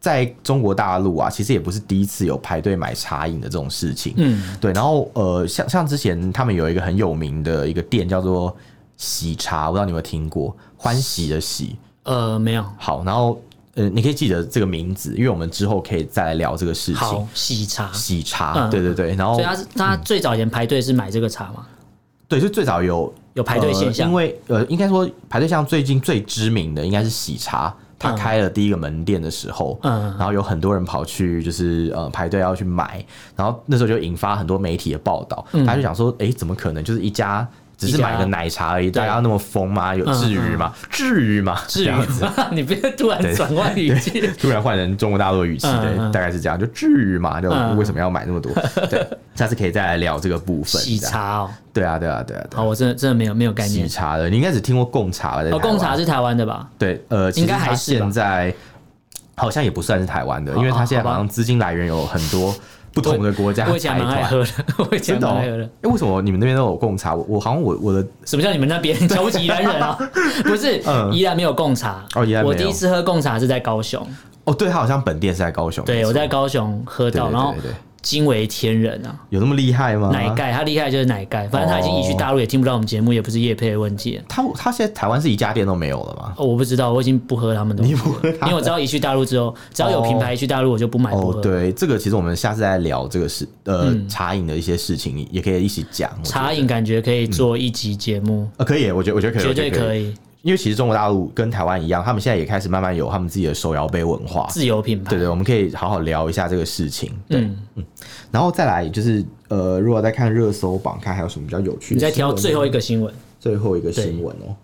Speaker 1: 在中国大陆啊，其实也不是第一次有排队买茶饮的这种事情。
Speaker 2: 嗯，
Speaker 1: 对，然后呃，像像之前他们有一个很有名的一个店叫做喜茶，我不知道你有没有听过，欢喜的喜。
Speaker 2: 呃，没有。
Speaker 1: 好，然后呃，你可以记得这个名字，因为我们之后可以再来聊这个事情
Speaker 2: 好。，喜茶。
Speaker 1: 喜茶，
Speaker 2: 嗯
Speaker 1: 对对对，然后
Speaker 2: 所以他是他最早以前排队是买这个茶嘛？
Speaker 1: 对，就最早有
Speaker 2: 有排队现象
Speaker 1: 呃因为呃，应该说排队现象最近最知名的应该是喜茶，它
Speaker 2: 嗯
Speaker 1: 开了第一个门店的时候，
Speaker 2: 嗯
Speaker 1: 然后有很多人跑去就是呃排队要去买，然后那时候就引发很多媒体的报道，大家就想说，诶，怎么可能就是一家。只是
Speaker 2: 嗯一家
Speaker 1: 买个奶茶而已，
Speaker 2: 对嗯
Speaker 1: 大家那么疯吗？有至于吗？至于吗？
Speaker 2: 至于
Speaker 1: 这样 子
Speaker 2: 吗？你别突然转 换语气。
Speaker 1: 突然换成中国大陆的语气，对，
Speaker 2: 嗯嗯
Speaker 1: 大概是这样，就至于嘛？就
Speaker 2: 嗯嗯
Speaker 1: 为什么要买那么 多？对，下次可以再来聊这个部分。
Speaker 2: 喜
Speaker 1: 这样，
Speaker 2: 茶哦，
Speaker 1: 对啊，对啊，对啊，对啊
Speaker 2: 好，我真的真的没有没有概
Speaker 1: 喜
Speaker 2: 念。
Speaker 1: 茶的，你应该只听过贡茶吧？在
Speaker 2: 哎
Speaker 1: 台
Speaker 2: 哦，
Speaker 1: 湾
Speaker 2: 贡茶是台湾的吧？
Speaker 1: 对，呃，其实
Speaker 2: 应该还
Speaker 1: 它
Speaker 2: 是吧
Speaker 1: 现在好像也不算是台湾的，
Speaker 2: 哦
Speaker 1: 因为它现在
Speaker 2: 好吧
Speaker 1: 好像资金来源有很多不同的国家
Speaker 2: 我以前
Speaker 1: 财
Speaker 2: 还蛮爱
Speaker 1: 团。
Speaker 2: 喝的，我以前
Speaker 1: 啊真的、
Speaker 2: 还
Speaker 1: 哦？
Speaker 2: 蛮爱喝的
Speaker 1: 哎。、为什么你们那边都有贡茶？我我好像我我的
Speaker 2: 什么叫你们那边 瞧不起宜兰人 啊？不是
Speaker 1: 嗯，
Speaker 2: 宜兰没有贡茶。
Speaker 1: 哦宜兰没有
Speaker 2: 我第一次喝贡茶是在高雄，
Speaker 1: 哦，对，它好像本店是在高雄。没
Speaker 2: 对
Speaker 1: 错
Speaker 2: 我在高雄喝
Speaker 1: 对
Speaker 2: 到，
Speaker 1: 对
Speaker 2: 然后
Speaker 1: 对对对
Speaker 2: 惊为天人啊！
Speaker 1: 有那么厉害吗？
Speaker 2: 奶盖，他厉害就是奶盖，反正他已
Speaker 1: 哦
Speaker 2: 经移居大陆，也听不到我们节目，也不是叶配的问题。
Speaker 1: 它它现在台湾是一家店都没有了吗？
Speaker 2: 哦，我不知道，我已经不喝他们的东西了，因为我知道一去大陆之后，只要有品牌一去大陆，我就不买不
Speaker 1: 哦，
Speaker 2: 喝。
Speaker 1: 对，这个其实我们下次再聊这个事，呃，茶饮的一些事情也可以一起讲。我觉得
Speaker 2: 嗯茶饮感觉可以做一集节目，
Speaker 1: 呃可以，我觉得我觉得可以，
Speaker 2: 绝
Speaker 1: 我觉
Speaker 2: 对
Speaker 1: 得
Speaker 2: 可以，
Speaker 1: 因为其实中国大陆跟台湾一样，他们现在也开始慢慢有他们自己的手摇杯文化。
Speaker 2: 自有品牌。
Speaker 1: 对对，我们可以好好聊一下这个事情。对，
Speaker 2: 嗯，
Speaker 1: 然后再来就是呃，如果在看热搜榜，看还有什么比较有趣的新闻。
Speaker 2: 你再挑最后一个新闻，
Speaker 1: 最后一个新闻哦、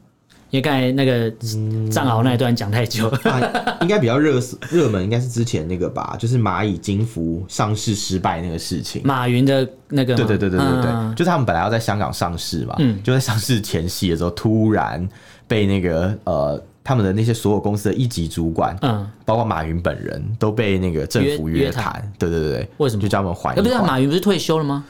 Speaker 2: 因为刚才那个
Speaker 1: 嗯
Speaker 2: 藏獒那一段讲太久 了。
Speaker 1: 啊，应该比较热热门，应该是之前那个吧，就是蚂蚁金服上市失败那个事情。
Speaker 2: 马云的那个吗，
Speaker 1: 对对对对对对，
Speaker 2: 嗯
Speaker 1: 就是他们本来要在香港上市嘛，就在上市前夕的时候，突然被那个呃他们的那些所有公司的一级主管，
Speaker 2: 嗯，
Speaker 1: 包括马云本人都被那个政府
Speaker 2: 约
Speaker 1: 约
Speaker 2: 约谈
Speaker 1: 谈，对对对对，
Speaker 2: 为什么
Speaker 1: 就叫他们还
Speaker 2: 哎，
Speaker 1: 一
Speaker 2: 不是啊
Speaker 1: 还？
Speaker 2: 马云不是退休了吗？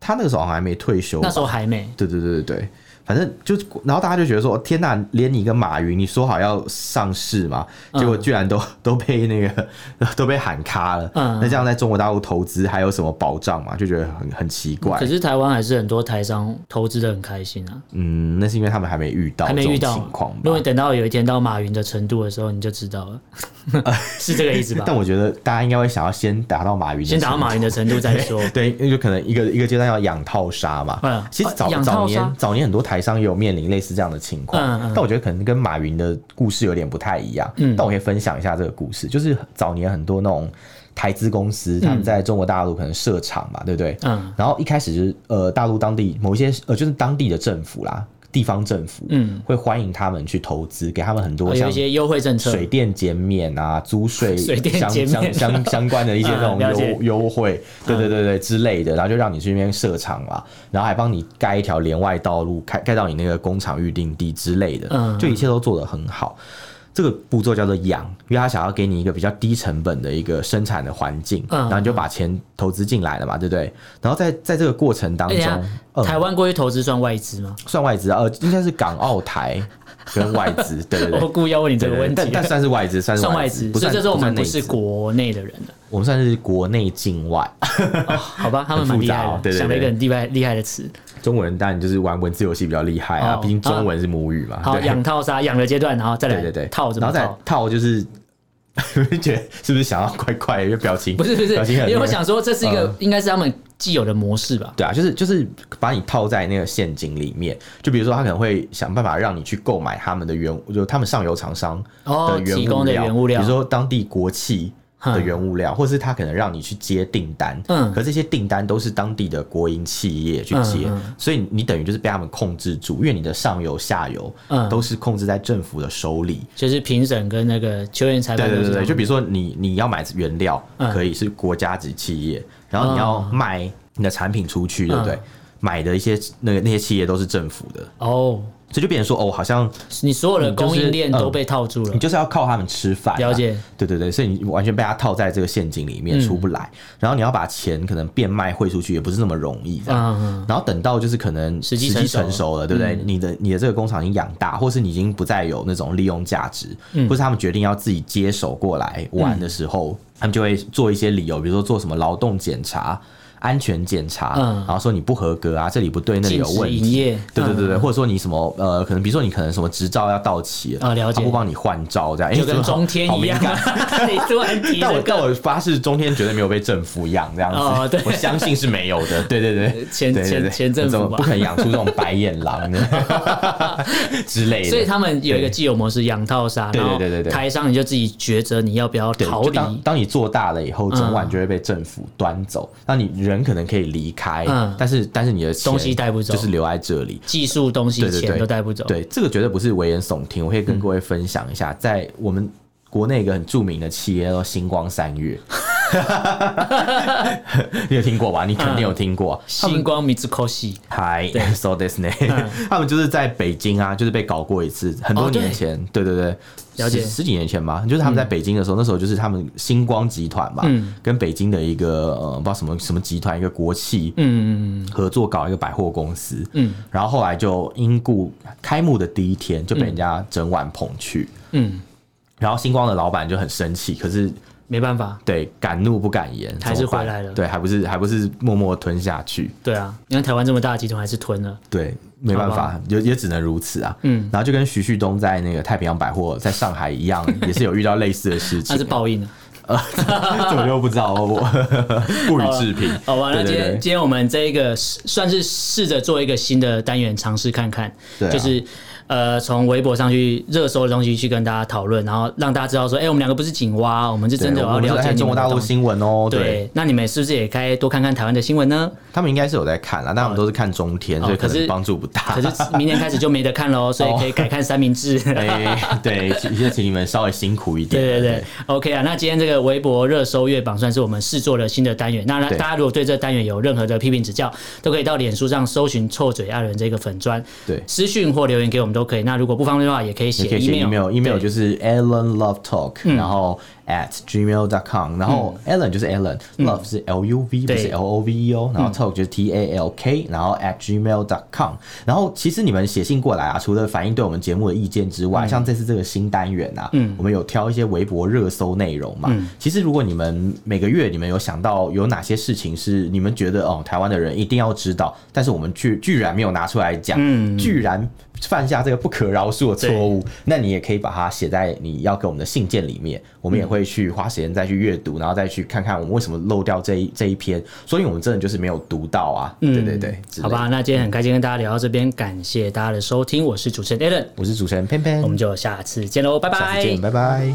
Speaker 1: 他那个时候好像还没退休吧，
Speaker 2: 那时候还没。
Speaker 1: 对对对对对，反正就是，然后大家就觉得说，天呐，连你跟马云，你说好要上市嘛，
Speaker 2: 嗯
Speaker 1: 结果居然都、 都被那个 都被喊卡了，
Speaker 2: 嗯
Speaker 1: 那这样在中国大陆投资还有什么保障嘛？就觉得很很奇怪
Speaker 2: 可。是台湾还是很多台商投资的很开心啊，
Speaker 1: 嗯，那是因为他们还没遇到
Speaker 2: 还没
Speaker 1: 这种
Speaker 2: 遇到
Speaker 1: 情况
Speaker 2: 如
Speaker 1: 吧
Speaker 2: 果。你等到有一天到马云的程度的时候，你就知道了， 是这个意思 吧
Speaker 1: 但？我觉得大家应该会想要先达到马云，
Speaker 2: 先达到马云的。程度再说。
Speaker 1: 对，因为就可能一个一个阶段要养套杀嘛。
Speaker 2: 嗯
Speaker 1: 其实
Speaker 2: 啊
Speaker 1: 早
Speaker 2: 养
Speaker 1: 早
Speaker 2: 套杀
Speaker 1: 年早年很多台商也有面临类似这样的情况，
Speaker 2: 嗯嗯
Speaker 1: 但我觉得可能跟马云的故事有点不太一样。但我可以分享一下这个故事，就是早年很多那种台资公司，他们在中国大陆可能设厂嘛，对不对？
Speaker 2: 嗯
Speaker 1: 然后一开始就是呃，大陆当地某一些呃，就是当地的政府啦，地方政府，
Speaker 2: 嗯，啊
Speaker 1: 会欢迎他们去投资，给他们很多
Speaker 2: 有
Speaker 1: 像
Speaker 2: 一些优惠政策
Speaker 1: 水，电减免啊、租税
Speaker 2: 水电
Speaker 1: 相
Speaker 2: 减
Speaker 1: 相
Speaker 2: 免
Speaker 1: 相相关的一些那
Speaker 2: 嗯了
Speaker 1: 种
Speaker 2: 解啊
Speaker 1: 优优惠，对对对对之类的，然后就让你去那边设厂嘛，然后还帮你盖一条连外道路，开盖到你那个工厂预定地之类的，
Speaker 2: 嗯
Speaker 1: 就一切都做得很好。这个步骤叫做养，因为他想要给你一个比较低成本的一个生产的环境，
Speaker 2: 嗯
Speaker 1: 然后你就把钱投资进来了嘛，对不对？然后在在这个过程当
Speaker 2: 哎
Speaker 1: 中
Speaker 2: 等一下，
Speaker 1: 嗯
Speaker 2: 台湾过去投资算外资吗？
Speaker 1: 算外资啊，呃，应该是港澳台跟外资， 对对对
Speaker 2: 我，故意要问你这
Speaker 1: 对
Speaker 2: 个
Speaker 1: 对对
Speaker 2: 问
Speaker 1: 但
Speaker 2: 题。
Speaker 1: 但算是外资，算是
Speaker 2: 算外
Speaker 1: 资
Speaker 2: 资，，
Speaker 1: 不
Speaker 2: 所
Speaker 1: 算
Speaker 2: 以这时候我们
Speaker 1: 不
Speaker 2: 不
Speaker 1: 算内
Speaker 2: 是
Speaker 1: 资
Speaker 2: 国内的人了，
Speaker 1: 我们算是国内境外，
Speaker 2: 哦好吧？他们
Speaker 1: 很
Speaker 2: 蛮
Speaker 1: 复
Speaker 2: 厉
Speaker 1: 杂
Speaker 2: 害
Speaker 1: 哦对对
Speaker 2: 的，想了一
Speaker 1: 对
Speaker 2: 个很厉害厉害的词。
Speaker 1: 中文当然就是玩文字游戏比较厉害啊，
Speaker 2: 哦
Speaker 1: 毕竟中文是母语嘛。
Speaker 2: 好，
Speaker 1: 对
Speaker 2: 养套杀养的阶段，然后再
Speaker 1: 对
Speaker 2: 来
Speaker 1: 对对，
Speaker 2: 套怎
Speaker 1: 然
Speaker 2: 么
Speaker 1: 后再
Speaker 2: 套？
Speaker 1: 套就是 我就觉得是不是想要怪怪的，因为表情
Speaker 2: 不是不是
Speaker 1: 表情，很
Speaker 2: 因为我想说这是一
Speaker 1: 嗯
Speaker 2: 个应该是他们既有的模式吧？
Speaker 1: 对啊，就是就是把你套在那个陷阱里面，就比如说他可能会想办法让你去购买他们的原，就他们上游厂商
Speaker 2: 哦
Speaker 1: 的原
Speaker 2: 提供的原物料
Speaker 1: 比如说当地国企。的原物料，或是他可能让你去接订单，
Speaker 2: 嗯
Speaker 1: 可这些订单都是当地的国营企业去接，
Speaker 2: 嗯嗯
Speaker 1: 所以你等于就是被他们控制住，因为你的上游、下游
Speaker 2: 嗯
Speaker 1: 都是控制在政府的手里。
Speaker 2: 就是评审跟那个球员裁
Speaker 1: 对
Speaker 2: 判
Speaker 1: 对
Speaker 2: 都是
Speaker 1: 对
Speaker 2: 这
Speaker 1: 对，
Speaker 2: 样
Speaker 1: 就比如说你你要买原料，
Speaker 2: 嗯
Speaker 1: 可以是国家级企业，然后你要卖你的产品出去，对不对
Speaker 2: 嗯？
Speaker 1: 买的一些那个那些企业都是政府的，
Speaker 2: 哦，
Speaker 1: 这就变成说哦，好像
Speaker 2: 你所有的
Speaker 1: 你就是
Speaker 2: 供应链
Speaker 1: 嗯
Speaker 2: 都被套住了
Speaker 1: 你，就是要靠他们吃饭、啊。
Speaker 2: 了解，
Speaker 1: 对对对，所以你完全被他套在这个陷阱里
Speaker 2: 嗯
Speaker 1: 面出不来，然后你要把钱可能变卖汇出去也不是那么容易这样。
Speaker 2: 嗯，嗯
Speaker 1: 然后等到就是可能
Speaker 2: 时机
Speaker 1: 成
Speaker 2: 成熟了
Speaker 1: 了，
Speaker 2: 嗯
Speaker 1: 对不对？你的你的这个工厂已经养大，或是你已经不再有那种利用价值，
Speaker 2: 嗯
Speaker 1: 或是他们决定要自己接手过来玩的时候，他们就会做一些理由，比如说做什么劳动检查。安全检查，
Speaker 2: 嗯
Speaker 1: 然后说你不合格啊，这里不对，那里有问
Speaker 2: 禁止营
Speaker 1: 题
Speaker 2: 业，
Speaker 1: 对对对对，
Speaker 2: 嗯
Speaker 1: 或者说你什么呃，可能比如说你可能什么执照要到期
Speaker 2: 啊了解
Speaker 1: 他不帮你换照这样，哎
Speaker 2: 就跟
Speaker 1: 怎么
Speaker 2: 中天
Speaker 1: 好
Speaker 2: 一
Speaker 1: 敏
Speaker 2: 样
Speaker 1: 感，
Speaker 2: 你突然提
Speaker 1: 但我
Speaker 2: 这
Speaker 1: 但
Speaker 2: 个
Speaker 1: 我发誓，中天绝对没有被政府养这样子。
Speaker 2: 哦对
Speaker 1: 我相信是没有的。对对对，
Speaker 2: 前
Speaker 1: 对对对
Speaker 2: 前前政府
Speaker 1: 怎么
Speaker 2: 吧
Speaker 1: 不肯养出这种白眼狼 呢之类的？
Speaker 2: 所以他们有一个
Speaker 1: 对
Speaker 2: 既有模式养套杀，
Speaker 1: 对对
Speaker 2: 然后
Speaker 1: 对对对
Speaker 2: 台商你就自己抉择你要不要
Speaker 1: 对
Speaker 2: 逃
Speaker 1: 就
Speaker 2: 离，
Speaker 1: 当当你做大了以后，整晚
Speaker 2: 嗯
Speaker 1: 就会被政府端走。那你人可能可以离开
Speaker 2: 嗯，
Speaker 1: 但是但是你的钱
Speaker 2: 东西带不走
Speaker 1: 就是留在这里。
Speaker 2: 技术东西
Speaker 1: 对对
Speaker 2: 钱
Speaker 1: 对
Speaker 2: 都带不走，嗯
Speaker 1: 对，这个绝对不是危言耸听。我可以跟各位分享一下，在我们国内一个很著名的企业叫做星光三月， 你有听过吧？你肯定
Speaker 2: 嗯
Speaker 1: 有听过。他们
Speaker 2: 星光米兹科系，
Speaker 1: 嗨，so this n a m 他们就是在北京啊，就是被搞过一次，很多
Speaker 2: 嗯哦对
Speaker 1: 年前，对对对，
Speaker 2: 了解
Speaker 1: 十十几年前吧，就是他们在北京的时候，那时候就是他们星光集团吧，
Speaker 2: 嗯
Speaker 1: 跟北京的一个呃不知道什么什么集团，一个国企
Speaker 2: 嗯嗯
Speaker 1: 合作搞一个百货公司，
Speaker 2: 嗯
Speaker 1: 然后后来就因故开幕的第一天就被人家整晚捧去，
Speaker 2: 嗯，
Speaker 1: 然后星光的老板就很生气，可是
Speaker 2: 没办法，
Speaker 1: 对敢怒不敢言，
Speaker 2: 还是
Speaker 1: 怎么办
Speaker 2: 回来了
Speaker 1: 对，还不是还不是默默吞下去，
Speaker 2: 对啊，你看台湾这么大的集团还是吞了，
Speaker 1: 对，没办
Speaker 2: 好
Speaker 1: 法，也也只能如此啊。
Speaker 2: 嗯
Speaker 1: 嗯，然后就跟徐旭东在那个太平洋百货在上海一 样，也是有遇到类似的事情
Speaker 2: 那是。报应啊。
Speaker 1: 这我就不知道，我不予置评。
Speaker 2: 好吧，
Speaker 1: 对
Speaker 2: 那哦今
Speaker 1: 对
Speaker 2: 天
Speaker 1: 对
Speaker 2: 今天我们这一个试算是试着做一个新的单元尝试看看，
Speaker 1: 对啊
Speaker 2: 就是呃从微博上去热搜的东西去跟大家讨论，然后让大家知道说，哎、我们两个不是井蛙，我们是
Speaker 1: 对
Speaker 2: 真的有
Speaker 1: 我
Speaker 2: 要
Speaker 1: 们
Speaker 2: 了
Speaker 1: 是
Speaker 2: 解
Speaker 1: 看
Speaker 2: 你
Speaker 1: 中国
Speaker 2: 们的
Speaker 1: 大陆
Speaker 2: 东西
Speaker 1: 新闻哦，
Speaker 2: 对，
Speaker 1: 对，
Speaker 2: 那你们是不是也该多看看台湾的新 闻呢？
Speaker 1: 他们应该是有在看啦，但我们都是看中天，
Speaker 2: 哦
Speaker 1: 所以可
Speaker 2: 可是
Speaker 1: 能帮助不大
Speaker 2: 可。是明年开始就没得看喽，所以可以改看三明治。
Speaker 1: 哎，对，其实请你们稍微辛苦一点。
Speaker 2: 对对对，OK 啊，那今天这个微博热搜月榜算是我们试做的新的单元。那
Speaker 1: 对
Speaker 2: 大家如果对这单元有任何的批评指教，都可以到脸书上搜寻“臭嘴爱人”这个粉砖，
Speaker 1: 对
Speaker 2: 私讯或留言给我们都可以。那如果不方便的话，也可以写嗯
Speaker 1: 你可以写 email，email 就是是 Alan Love Talk，然后 at gmail.com，然后 Alan 就是 Alan，Love 是 L U V 不
Speaker 2: 嗯对嗯
Speaker 1: 是 L O V E O，然后 Talk 就是 T A L K，然后 at gmail.com。然后其实你们写信过来啊，除了反映对我们节目的意见之
Speaker 2: 嗯
Speaker 1: 外，像这次这个新单元啊，我们有挑一些微博热搜内容嘛。
Speaker 2: 嗯
Speaker 1: 其实如果你们每个月你们有想到有哪些事情是你们觉得哦台湾的人一定要知道，但是我们居居然没有拿出来讲，
Speaker 2: 嗯
Speaker 1: 居然犯下这个不可饶恕的错误，那你也可以把它写在你要给我们的信件里面，我们也会去花时间再去阅读，然后再去看看我们为什么漏掉这一这一篇，所以我们真的就是没有读到啊，对对对，之类
Speaker 2: 嗯好
Speaker 1: 的，
Speaker 2: 吧，那今天很开心跟大家聊到这边，感谢大家的收听，我是主持人 Alan，
Speaker 1: 我是主持人偏偏，
Speaker 2: 我们就下次见喽，拜拜，
Speaker 1: 下次见，拜拜。